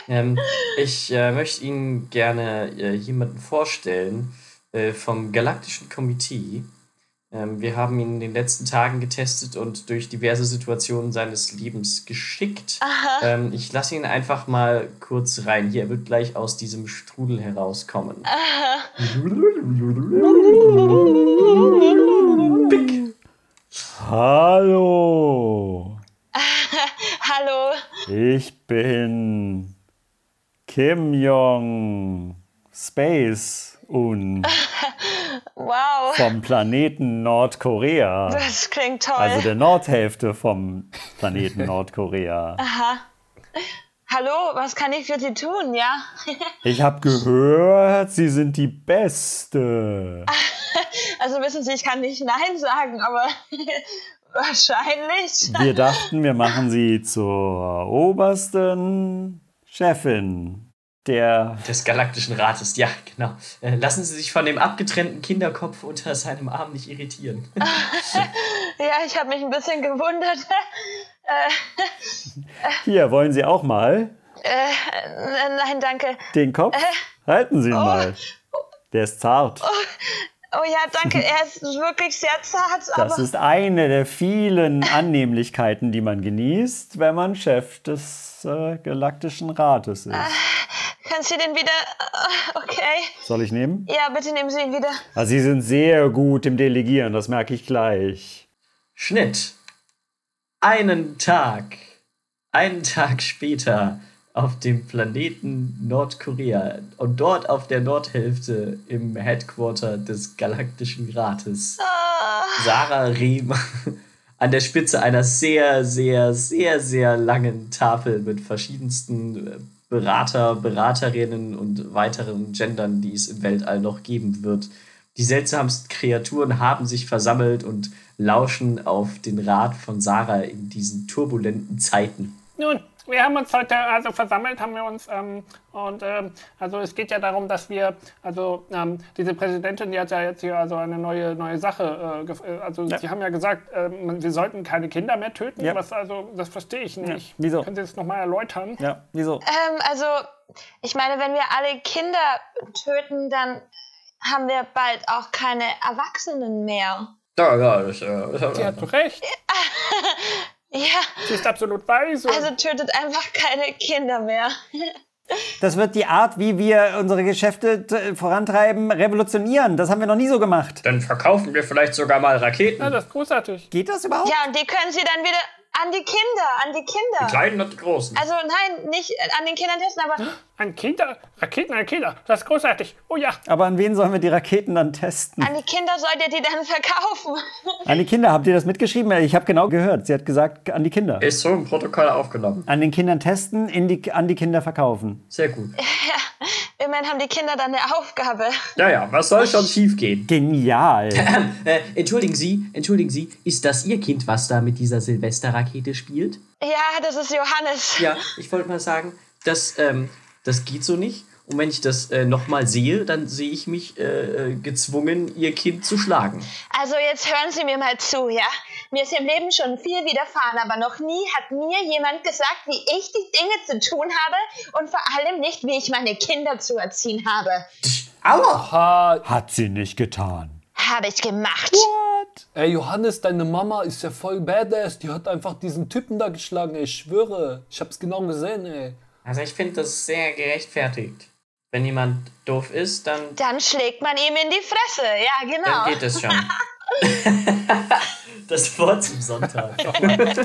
S1: ähm, ich äh, möchte Ihnen gerne äh, jemanden vorstellen äh, vom Galaktischen Komitee. Ähm, wir haben ihn in den letzten Tagen getestet und durch diverse Situationen seines Lebens geschickt. Ähm, ich lasse ihn einfach mal kurz rein. Hier, er wird gleich aus diesem Strudel herauskommen.
S2: Hallo!
S3: hallo.
S2: Ich bin Kim Jong Space Un
S3: Wow,
S2: vom Planeten Nordkorea.
S3: das klingt toll.
S2: Also der Nordhälfte vom Planeten Nordkorea.
S3: hallo, was kann ich für Sie tun? Ja,
S2: Ich habe gehört, Sie sind die Beste.
S3: also wissen Sie, ich kann nicht Nein sagen, aber wahrscheinlich.
S2: Wir dachten, wir machen Sie zur obersten Chefin der
S1: Des Galaktischen Rates, ja, genau. Äh, lassen Sie sich von dem abgetrennten Kinderkopf unter seinem Arm nicht irritieren.
S3: Ja, ich habe mich ein bisschen gewundert.
S2: Hier, wollen Sie auch mal
S3: Äh, Nein, danke.
S2: den Kopf? Halten Sie ihn mal. Der ist zart.
S3: Äh. Oh ja, danke. Er ist wirklich sehr zart,
S2: Das
S3: aber
S2: ist eine der vielen Annehmlichkeiten, die man genießt, wenn man Chef des äh, Galaktischen Rates
S3: Ah.
S2: ist.
S3: können Sie den wieder. Okay.
S2: Soll ich nehmen?
S3: Ja, bitte nehmen Sie ihn wieder.
S2: Also Sie sind sehr gut im Delegieren, das merke ich gleich.
S1: Schnitt. Einen Tag. Einen Tag später auf dem Planeten Nordkorea und dort auf der Nordhälfte im Headquarter des Galaktischen Rates. Sarah Riem an der Spitze einer sehr, sehr, sehr, sehr langen Tafel mit verschiedensten äh, Berater, Beraterinnen und weiteren Gendern, die es im Weltall noch geben wird, Die seltsamsten Kreaturen haben sich versammelt und lauschen auf den Rat von Sarah in diesen turbulenten Zeiten.
S6: Nun, wir haben uns heute also versammelt, haben wir uns ähm, und ähm, also es geht ja darum, dass wir also ähm, diese Präsidentin, die hat ja jetzt hier also eine neue neue Sache. Äh, gef- äh, also
S2: Ja.
S6: sie haben ja gesagt, ähm, wir sollten keine Kinder mehr töten.
S2: Ja.
S6: Was also das verstehe ich nicht.
S2: Wieso?
S6: Können Sie das nochmal erläutern?
S2: Ja, wieso?
S3: Ähm, also, ich meine, wenn wir alle Kinder töten, dann haben wir bald auch keine Erwachsenen mehr.
S1: Ja, ja, das,
S6: Sie hat doch recht.
S3: Ja,
S6: Sie ist absolut weise.
S3: also tötet einfach keine Kinder mehr.
S2: Das wird die Art, wie wir unsere Geschäfte t- vorantreiben, revolutionieren. Das haben wir noch nie so gemacht.
S1: Dann verkaufen wir vielleicht sogar mal
S6: ja,
S1: Raketen.
S6: das ist großartig.
S2: Geht das überhaupt?
S3: Ja, und die können sie dann wieder an die Kinder, an die Kinder.
S1: Kleinen und großen.
S3: Also nein, nicht äh, an den Kindern testen, aber
S6: Ein Kinder, Raketen, ein Kinder. Das ist großartig. Oh ja.
S2: Aber an wen sollen wir die Raketen dann testen?
S3: an die Kinder sollt ihr die dann verkaufen.
S2: An die Kinder, habt ihr das mitgeschrieben? Ich habe genau gehört. Sie hat gesagt, an die Kinder.
S1: Ist so im Protokoll aufgenommen.
S2: An den Kindern testen, in die, an die Kinder verkaufen.
S1: Sehr gut.
S3: Immerhin haben die Kinder dann eine Aufgabe.
S1: Ja, ja, was soll schon schief gehen?
S2: Genial.
S1: entschuldigen Sie, entschuldigen Sie, ist das Ihr Kind, was da mit dieser Silvesterrakete spielt?
S3: Ja, das ist Johannes.
S1: Ja, ich wollte mal sagen, das, ähm, das geht so nicht. Und wenn ich das äh, nochmal sehe, dann sehe ich mich äh, äh, gezwungen, Ihr Kind zu schlagen.
S3: Also jetzt hören Sie mir mal zu, ja? Mir ist im Leben schon viel widerfahren, aber noch nie hat mir jemand gesagt, wie ich die Dinge zu tun habe und vor allem nicht, wie ich meine Kinder zu erziehen habe.
S1: Aua!
S2: Hat sie nicht getan.
S3: Habe ich gemacht.
S4: Ey, Johannes, deine Mama ist ja voll badass. Die hat einfach diesen Typen da geschlagen, ey, ich schwöre. Ich hab's genau gesehen, ey.
S1: Also ich finde das sehr gerechtfertigt. Wenn jemand doof ist, dann,
S3: Dann schlägt man ihm in die Fresse. Ja, genau.
S1: es schon. das Wort zum Sonntag.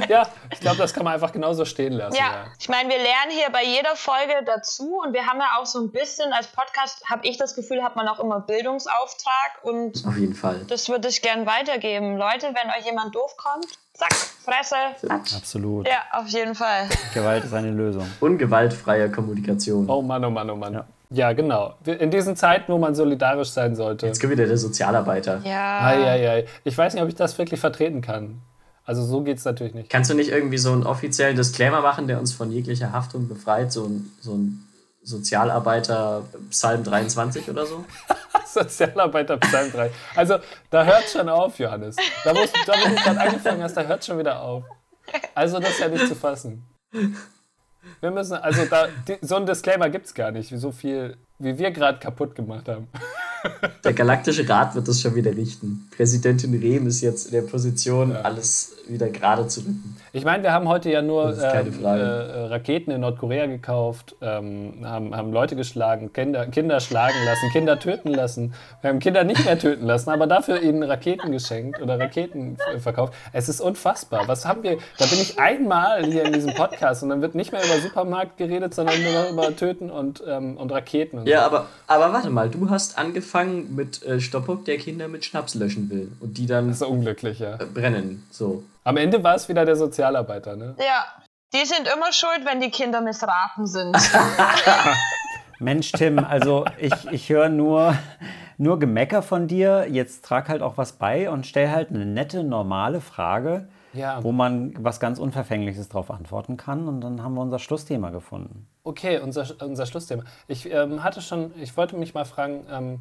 S4: Ja, ich glaube, das kann man einfach genauso stehen lassen.
S3: Ja, ich meine, wir lernen hier bei jeder Folge dazu und wir haben ja auch so ein bisschen als Podcast, habe ich das Gefühl, hat man auch immer Bildungsauftrag und
S1: Auf jeden Fall.
S3: das würde ich gern weitergeben. Leute, wenn euch jemand doof kommt, zack, Fresse.
S2: Absolut.
S3: Ja, auf jeden Fall.
S2: Gewalt ist eine Lösung.
S1: Ungewaltfreie Kommunikation.
S4: Oh Mann, oh Mann, oh Mann.
S2: Ja.
S4: Ja, genau. Wir- In diesen Zeiten, wo man solidarisch sein sollte.
S1: Jetzt kommt wieder der Sozialarbeiter.
S3: Ja.
S4: Eieiei. Ich weiß nicht, ob ich das wirklich vertreten kann. Also so geht's natürlich nicht.
S1: Kannst du nicht irgendwie so einen offiziellen Disclaimer machen, der uns von jeglicher Haftung befreit? So ein, so ein Sozialarbeiter Psalm 23 oder so?
S4: Sozialarbeiter Psalm 3. Also, da hört schon auf, Johannes. Da, musst, da wo du gerade angefangen hast, da hört schon wieder auf. Also, das ist ja nicht zu fassen. Wir müssen, also, da, die, so ein Disclaimer gibt's gar nicht, so viel, wie wir gerade kaputt gemacht haben.
S1: Der Galaktische Rat wird das schon wieder richten. Präsidentin Rehm ist jetzt in der Position, alles wieder gerade zu rücken.
S4: Ich meine, wir haben heute ja nur
S1: Das ist keine
S4: ähm,
S1: Frage.
S4: äh, Raketen in Nordkorea gekauft, ähm, haben, haben Leute geschlagen, Kinder, Kinder schlagen lassen, Kinder töten lassen. Wir haben Kinder nicht mehr töten lassen, aber dafür ihnen Raketen geschenkt oder Raketen äh, verkauft. Es ist unfassbar. Was haben wir? Da bin ich einmal hier in diesem Podcast und dann wird nicht mehr über Supermarkt geredet, sondern nur noch über Töten und, ähm, und Raketen. Und
S1: Ja, aber, aber warte mal, du hast angefangen mit äh, Stoppuck, der Kinder mit Schnaps löschen will und die dann
S4: So. Das ist unglücklich, ja.
S1: brennen. So.
S4: Am Ende war es wieder der Sozialarbeiter, ne?
S3: Ja, die sind immer schuld, wenn die Kinder missraten sind.
S2: Mensch, Tim, also ich, ich höre nur, nur Gemecker von dir. Jetzt trag halt auch was bei und stell halt eine nette, normale Frage,
S4: Ja.
S2: wo man was ganz Unverfängliches drauf antworten kann. Und dann haben wir unser Schlussthema gefunden.
S4: Okay, unser, unser Schlussthema. Ich ähm, hatte schon, ich wollte mich mal fragen, ähm,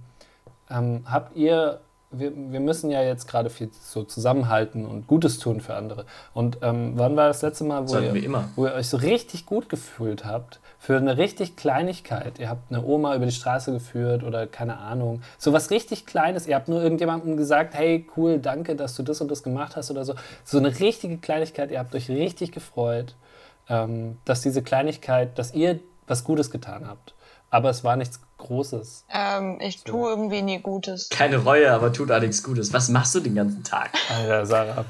S4: ähm, habt ihr, wir, wir müssen ja jetzt gerade viel so zusammenhalten und Gutes tun für andere. Und ähm, wann war das letzte Mal, wo
S1: Sollten
S4: ihr,
S1: wir immer.
S4: wo ihr euch so richtig gut gefühlt habt für eine richtig Kleinigkeit? Ihr habt eine Oma über die Straße geführt oder keine Ahnung, so was richtig Kleines. Ihr habt nur irgendjemandem gesagt, hey, cool, danke, dass du das und das gemacht hast oder so. So eine richtige Kleinigkeit, ihr habt euch richtig gefreut ähm, dass diese Kleinigkeit, dass ihr was Gutes getan habt. Aber es war nichts Großes.
S3: ähm, ich tue irgendwie nie Gutes.
S1: Keine Reue, aber tut auch nichts Gutes. Was machst du den ganzen Tag?
S4: Alter, Sarah.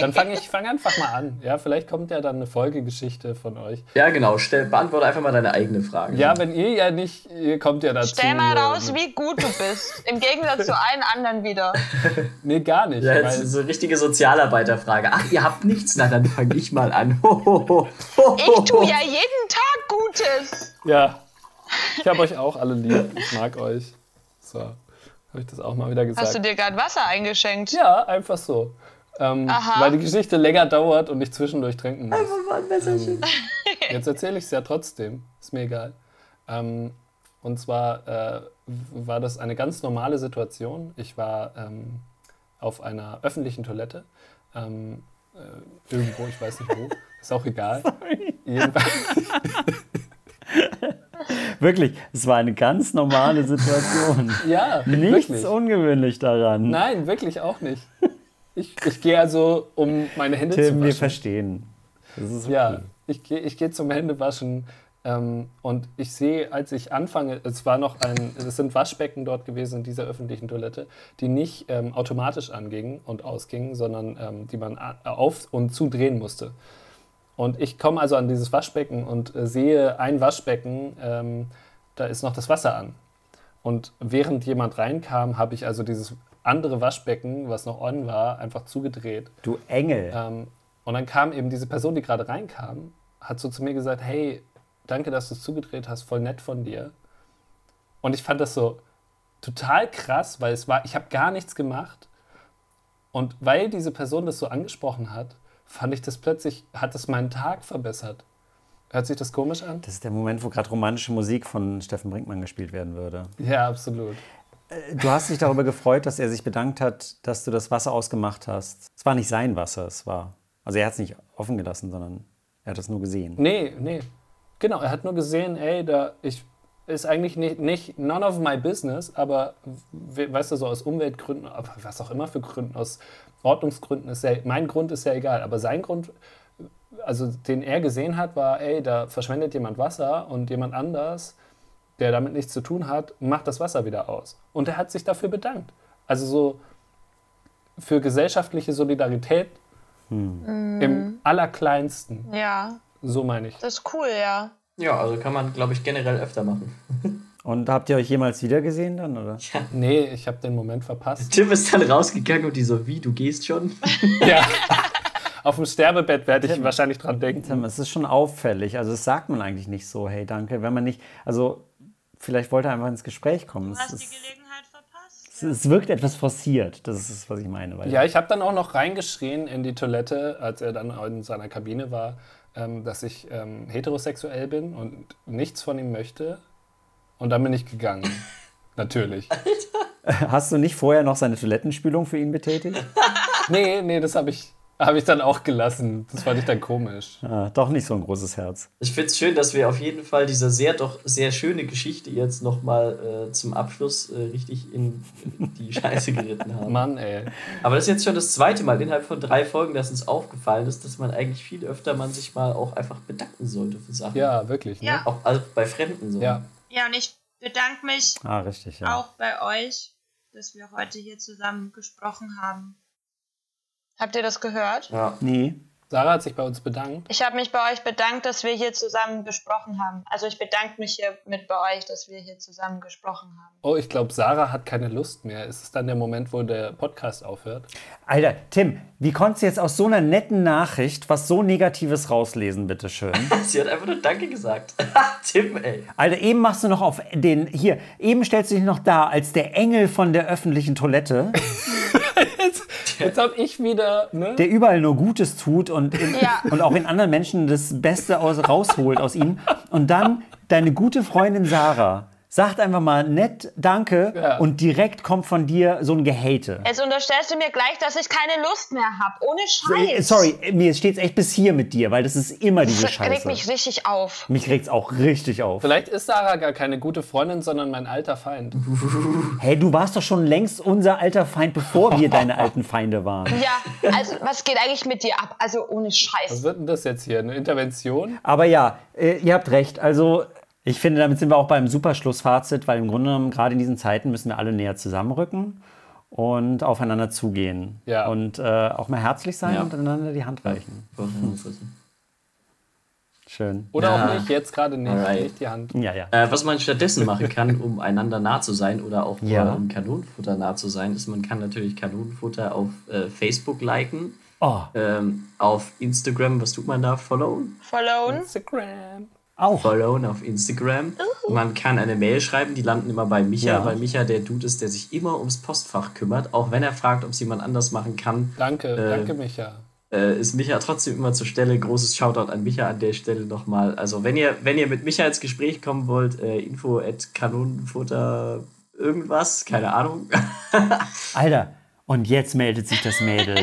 S4: Dann fange ich fang einfach mal an. Ja, vielleicht kommt ja dann eine Folgegeschichte von euch.
S1: Ja, genau. Stell, beantworte einfach mal deine eigene Frage.
S4: Ja, wenn ihr ja nicht, ihr kommt ja dazu.
S3: Stell mal
S4: äh,
S3: raus, wie gut du bist. Im Gegensatz zu allen anderen wieder.
S4: Nee, gar nicht.
S1: Ja,
S4: weil-
S1: jetzt so richtige Sozialarbeiterfrage. Ach, ihr habt nichts? Na, dann fange ich mal an. Ho, ho, ho. Ho,
S3: Ich
S1: ho, ho.
S3: tue ja jeden Tag Gutes.
S4: Ja. Ich habe euch auch alle lieb. Ich mag euch. So. Habe ich das auch mal wieder gesagt.
S3: Hast du dir gerade Wasser eingeschenkt?
S4: Ja, einfach so. Ähm,
S3: Aha.
S4: weil die Geschichte länger dauert und ich zwischendurch trinken muss. Einfach mal ein Messerchen. Ähm, jetzt erzähle ich es ja trotzdem. Ist mir egal. Ähm, und zwar äh, w- war das eine ganz normale Situation. Ich war ähm, auf einer öffentlichen Toilette. Ähm, äh, irgendwo, ich weiß nicht wo. Ist auch egal. Jedenfalls,
S2: Wirklich, es war eine ganz normale Situation.
S4: ja,
S2: Nichts
S4: wirklich.
S2: ungewöhnlich daran.
S4: Nein, wirklich auch nicht. Ich, ich gehe also, um meine Hände
S2: Tim,
S4: zu
S2: wir
S4: waschen.
S2: verstehen. Das ist
S4: Ja,
S2: okay.
S4: ich gehe ich geh zum Händewaschen ähm, und ich sehe, als ich anfange, es war noch ein, es sind Waschbecken dort gewesen in dieser öffentlichen Toilette, die nicht ähm, automatisch angingen und ausgingen, sondern ähm, die man a- auf- und zudrehen musste. Und ich komme also an dieses Waschbecken und äh, sehe ein Waschbecken, ähm, da ist noch das Wasser an. Und während jemand reinkam, habe ich also dieses andere Waschbecken, was noch on war, einfach zugedreht.
S2: Du Engel.
S4: Ähm, und dann kam eben diese Person, die gerade reinkam, hat so zu mir gesagt, hey, danke, dass du es zugedreht hast, voll nett von dir. Und ich fand das so total krass, weil es war, ich habe gar nichts gemacht. Und weil diese Person das so angesprochen hat, fand ich das plötzlich, hat das meinen Tag verbessert. Hört sich das komisch an?
S2: Das ist der Moment, wo gerade romantische Musik von Steffen Brinkmann gespielt werden würde.
S4: Ja, absolut.
S2: Du hast dich darüber gefreut, dass er sich bedankt hat, dass du das Wasser ausgemacht hast. Es war nicht sein Wasser, es war. Also er hat es nicht offen gelassen, sondern er hat es nur gesehen.
S4: Nee, nee. Genau, er hat nur gesehen, ey, da ich ist eigentlich nicht, nicht none of my business, aber we, weißt du, so aus Umweltgründen, aber was auch immer für Gründen, aus Ordnungsgründen ist ja, mein Grund ist ja egal, aber sein Grund, also den er gesehen hat, war, ey, da verschwendet jemand Wasser und jemand anders, der damit nichts zu tun hat, macht das Wasser wieder aus. Und er hat sich dafür bedankt. Also so für gesellschaftliche Solidarität im allerkleinsten,
S3: Ja,
S4: so meine ich.
S3: das ist cool, ja.
S1: Ja, also kann man, glaube ich, generell öfter machen.
S2: Und habt ihr euch jemals wiedergesehen dann, oder?
S4: Nee, ich habe den Moment verpasst.
S1: Tim ist dann rausgegangen und die so, wie, du gehst schon?
S4: ja. Auf dem Sterbebett werde ich wahrscheinlich dran denken.
S2: Tim, es ist schon auffällig. Also das sagt man eigentlich nicht so, hey, danke, wenn man nicht. Also vielleicht wollte er einfach ins Gespräch kommen. Es, ist,
S3: Gelegenheit verpasst?
S2: es, es wirkt etwas forciert. Das ist es, was ich meine. Weil
S4: Ja, ich habe dann auch noch reingeschrien in die Toilette, als er dann in seiner Kabine war, ähm, dass ich ähm, heterosexuell bin und nichts von ihm möchte. Und dann bin ich gegangen. Natürlich.
S2: Hast du nicht vorher noch seine Toilettenspülung für ihn betätigt?
S4: Nee, nee, das habe ich, hab ich dann auch gelassen. Das fand ich dann komisch.
S2: ah, doch nicht so ein großes Herz.
S1: Ich finde es schön, dass wir auf jeden Fall diese sehr, doch sehr schöne Geschichte jetzt nochmal äh, zum Abschluss äh, richtig in die Scheiße geritten haben.
S4: Mann, ey.
S1: Aber das ist jetzt schon das zweite Mal innerhalb von drei Folgen, dass uns aufgefallen ist, dass man eigentlich viel öfter man sich mal auch einfach bedanken sollte für Sachen.
S4: Ja, wirklich. Ne?
S3: Ja.
S1: Auch also bei Fremden so.
S4: ja.
S3: Ja, und ich bedanke mich
S2: Ah, richtig, ja.
S3: auch bei euch, dass wir heute hier zusammen gesprochen haben. Habt ihr das gehört?
S1: Ja.
S2: Nee.
S4: Sarah hat sich bei uns bedankt.
S3: Ich habe mich bei euch bedankt, dass wir hier zusammen gesprochen haben. Also ich bedanke mich hier mit bei euch, dass wir hier zusammen gesprochen haben.
S4: Oh, ich glaube, Sarah hat keine Lust mehr. Ist es dann der Moment, wo der Podcast aufhört?
S2: Alter, Tim, wie konntest du jetzt aus so einer netten Nachricht was so Negatives rauslesen, bitteschön?
S1: Sie hat einfach nur Danke gesagt. Tim, ey.
S2: Alter, eben machst du noch auf den, hier, eben stellst du dich noch da als der Engel von der öffentlichen Toilette,
S4: Jetzt habe ich wieder, ne?
S2: der überall nur Gutes tut und, in,
S3: Ja.
S2: und auch in anderen Menschen das Beste aus, rausholt aus ihnen. Und dann deine gute Freundin Sarah sagt einfach mal nett Danke und direkt kommt von dir so ein Gehate.
S3: Jetzt Also unterstellst du mir gleich, dass ich keine Lust mehr habe. Ohne
S2: Äh,
S3: Scheiß.
S2: Sorry, mir steht's echt bis hier mit dir, weil das ist immer diese
S3: Das regt
S2: Scheiße.
S3: mich richtig auf.
S2: mich regt's auch richtig auf.
S4: Vielleicht ist Sarah gar keine gute Freundin, sondern mein alter Feind.
S1: Mhm.
S2: Hey, du warst doch schon längst unser alter Feind, bevor wir deine alten Feinde waren.
S3: Ja, also was geht eigentlich mit dir ab? Also ohne Scheiß.
S4: Was wird denn das jetzt hier? Eine Intervention?
S2: Aber ja, äh, ihr habt recht. Also, ich finde, damit sind wir auch beim Superschlussfazit, weil im Grunde genommen, gerade in diesen Zeiten, müssen wir alle näher zusammenrücken und aufeinander zugehen.
S4: Ja.
S2: Und äh, auch mal herzlich sein
S1: Ja.
S2: und einander die Hand reichen. Schön.
S4: Oder
S1: Ja.
S4: auch nicht, jetzt gerade nicht.
S1: Alright.
S4: Nicht die Hand.
S2: Ja, ja.
S1: Äh, was man stattdessen machen kann, um einander nah zu sein oder auch
S2: Ja.
S1: äh, um Kanonenfutter nah zu sein, ist, man kann natürlich Kanonenfutter auf äh, Facebook liken,
S2: Oh,
S1: ähm, auf Instagram, was tut man da, followen
S3: Followen?
S4: Instagram.
S2: Auch.
S1: followen auf Instagram. Man kann eine Mail schreiben, die landen immer bei Micha,
S2: Ja.
S1: weil Micha der Dude ist, der sich immer ums Postfach kümmert. Auch wenn er fragt, ob es jemand anders machen kann,
S4: Danke,
S1: Äh,
S4: danke, Micha.
S1: äh, ist Micha trotzdem immer zur Stelle. Großes Shoutout an Micha an der Stelle nochmal. Also wenn ihr, wenn ihr mit Micha ins Gespräch kommen wollt, äh, info at kanonenfutter irgendwas, keine Ahnung.
S2: Alter, und jetzt meldet sich das Mädel.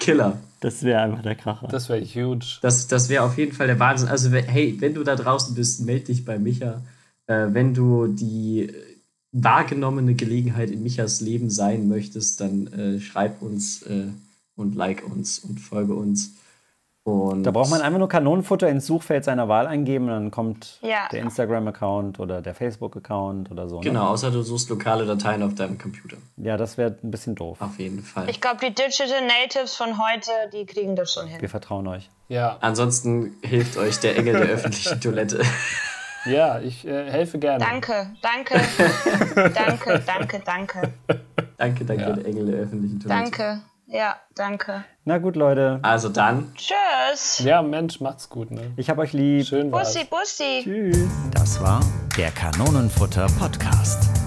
S1: Killer.
S2: Das wäre einfach der Kracher.
S4: Das wäre huge.
S1: Das, das wäre auf jeden Fall der Wahnsinn. Also, we- hey, wenn du da draußen bist, meld dich bei Micha. Äh, wenn du die äh, wahrgenommene Gelegenheit in Michas Leben sein möchtest, dann äh, schreib uns äh, und like uns und folge uns. Und
S2: Da braucht man einfach nur Kanonenfutter ins Suchfeld seiner Wahl eingeben und dann kommt
S3: Ja.
S2: der Instagram-Account oder der Facebook-Account oder so. ne?
S1: Genau, außer du suchst lokale Dateien auf deinem Computer.
S2: Ja, das wäre ein bisschen doof.
S1: Auf jeden Fall.
S3: Ich glaube, die Digital Natives von heute, die kriegen das schon hin.
S2: Wir vertrauen euch.
S4: Ja,
S1: Ah. Ansonsten hilft euch der Engel der öffentlichen Toilette.
S4: ja, ich äh, helfe gerne.
S3: Danke, danke, danke, danke, danke,
S1: danke, danke, der Engel der öffentlichen Toilette.
S3: danke. Ja, danke.
S2: Na gut, Leute.
S1: Also dann,
S3: Tschüss.
S4: Ja, Mensch, macht's gut, ne?
S2: Ich hab euch lieb.
S4: Schön war's.
S3: Bussi, Bussi.
S2: Tschüss.
S7: Das war der Kanonenfutter Podcast.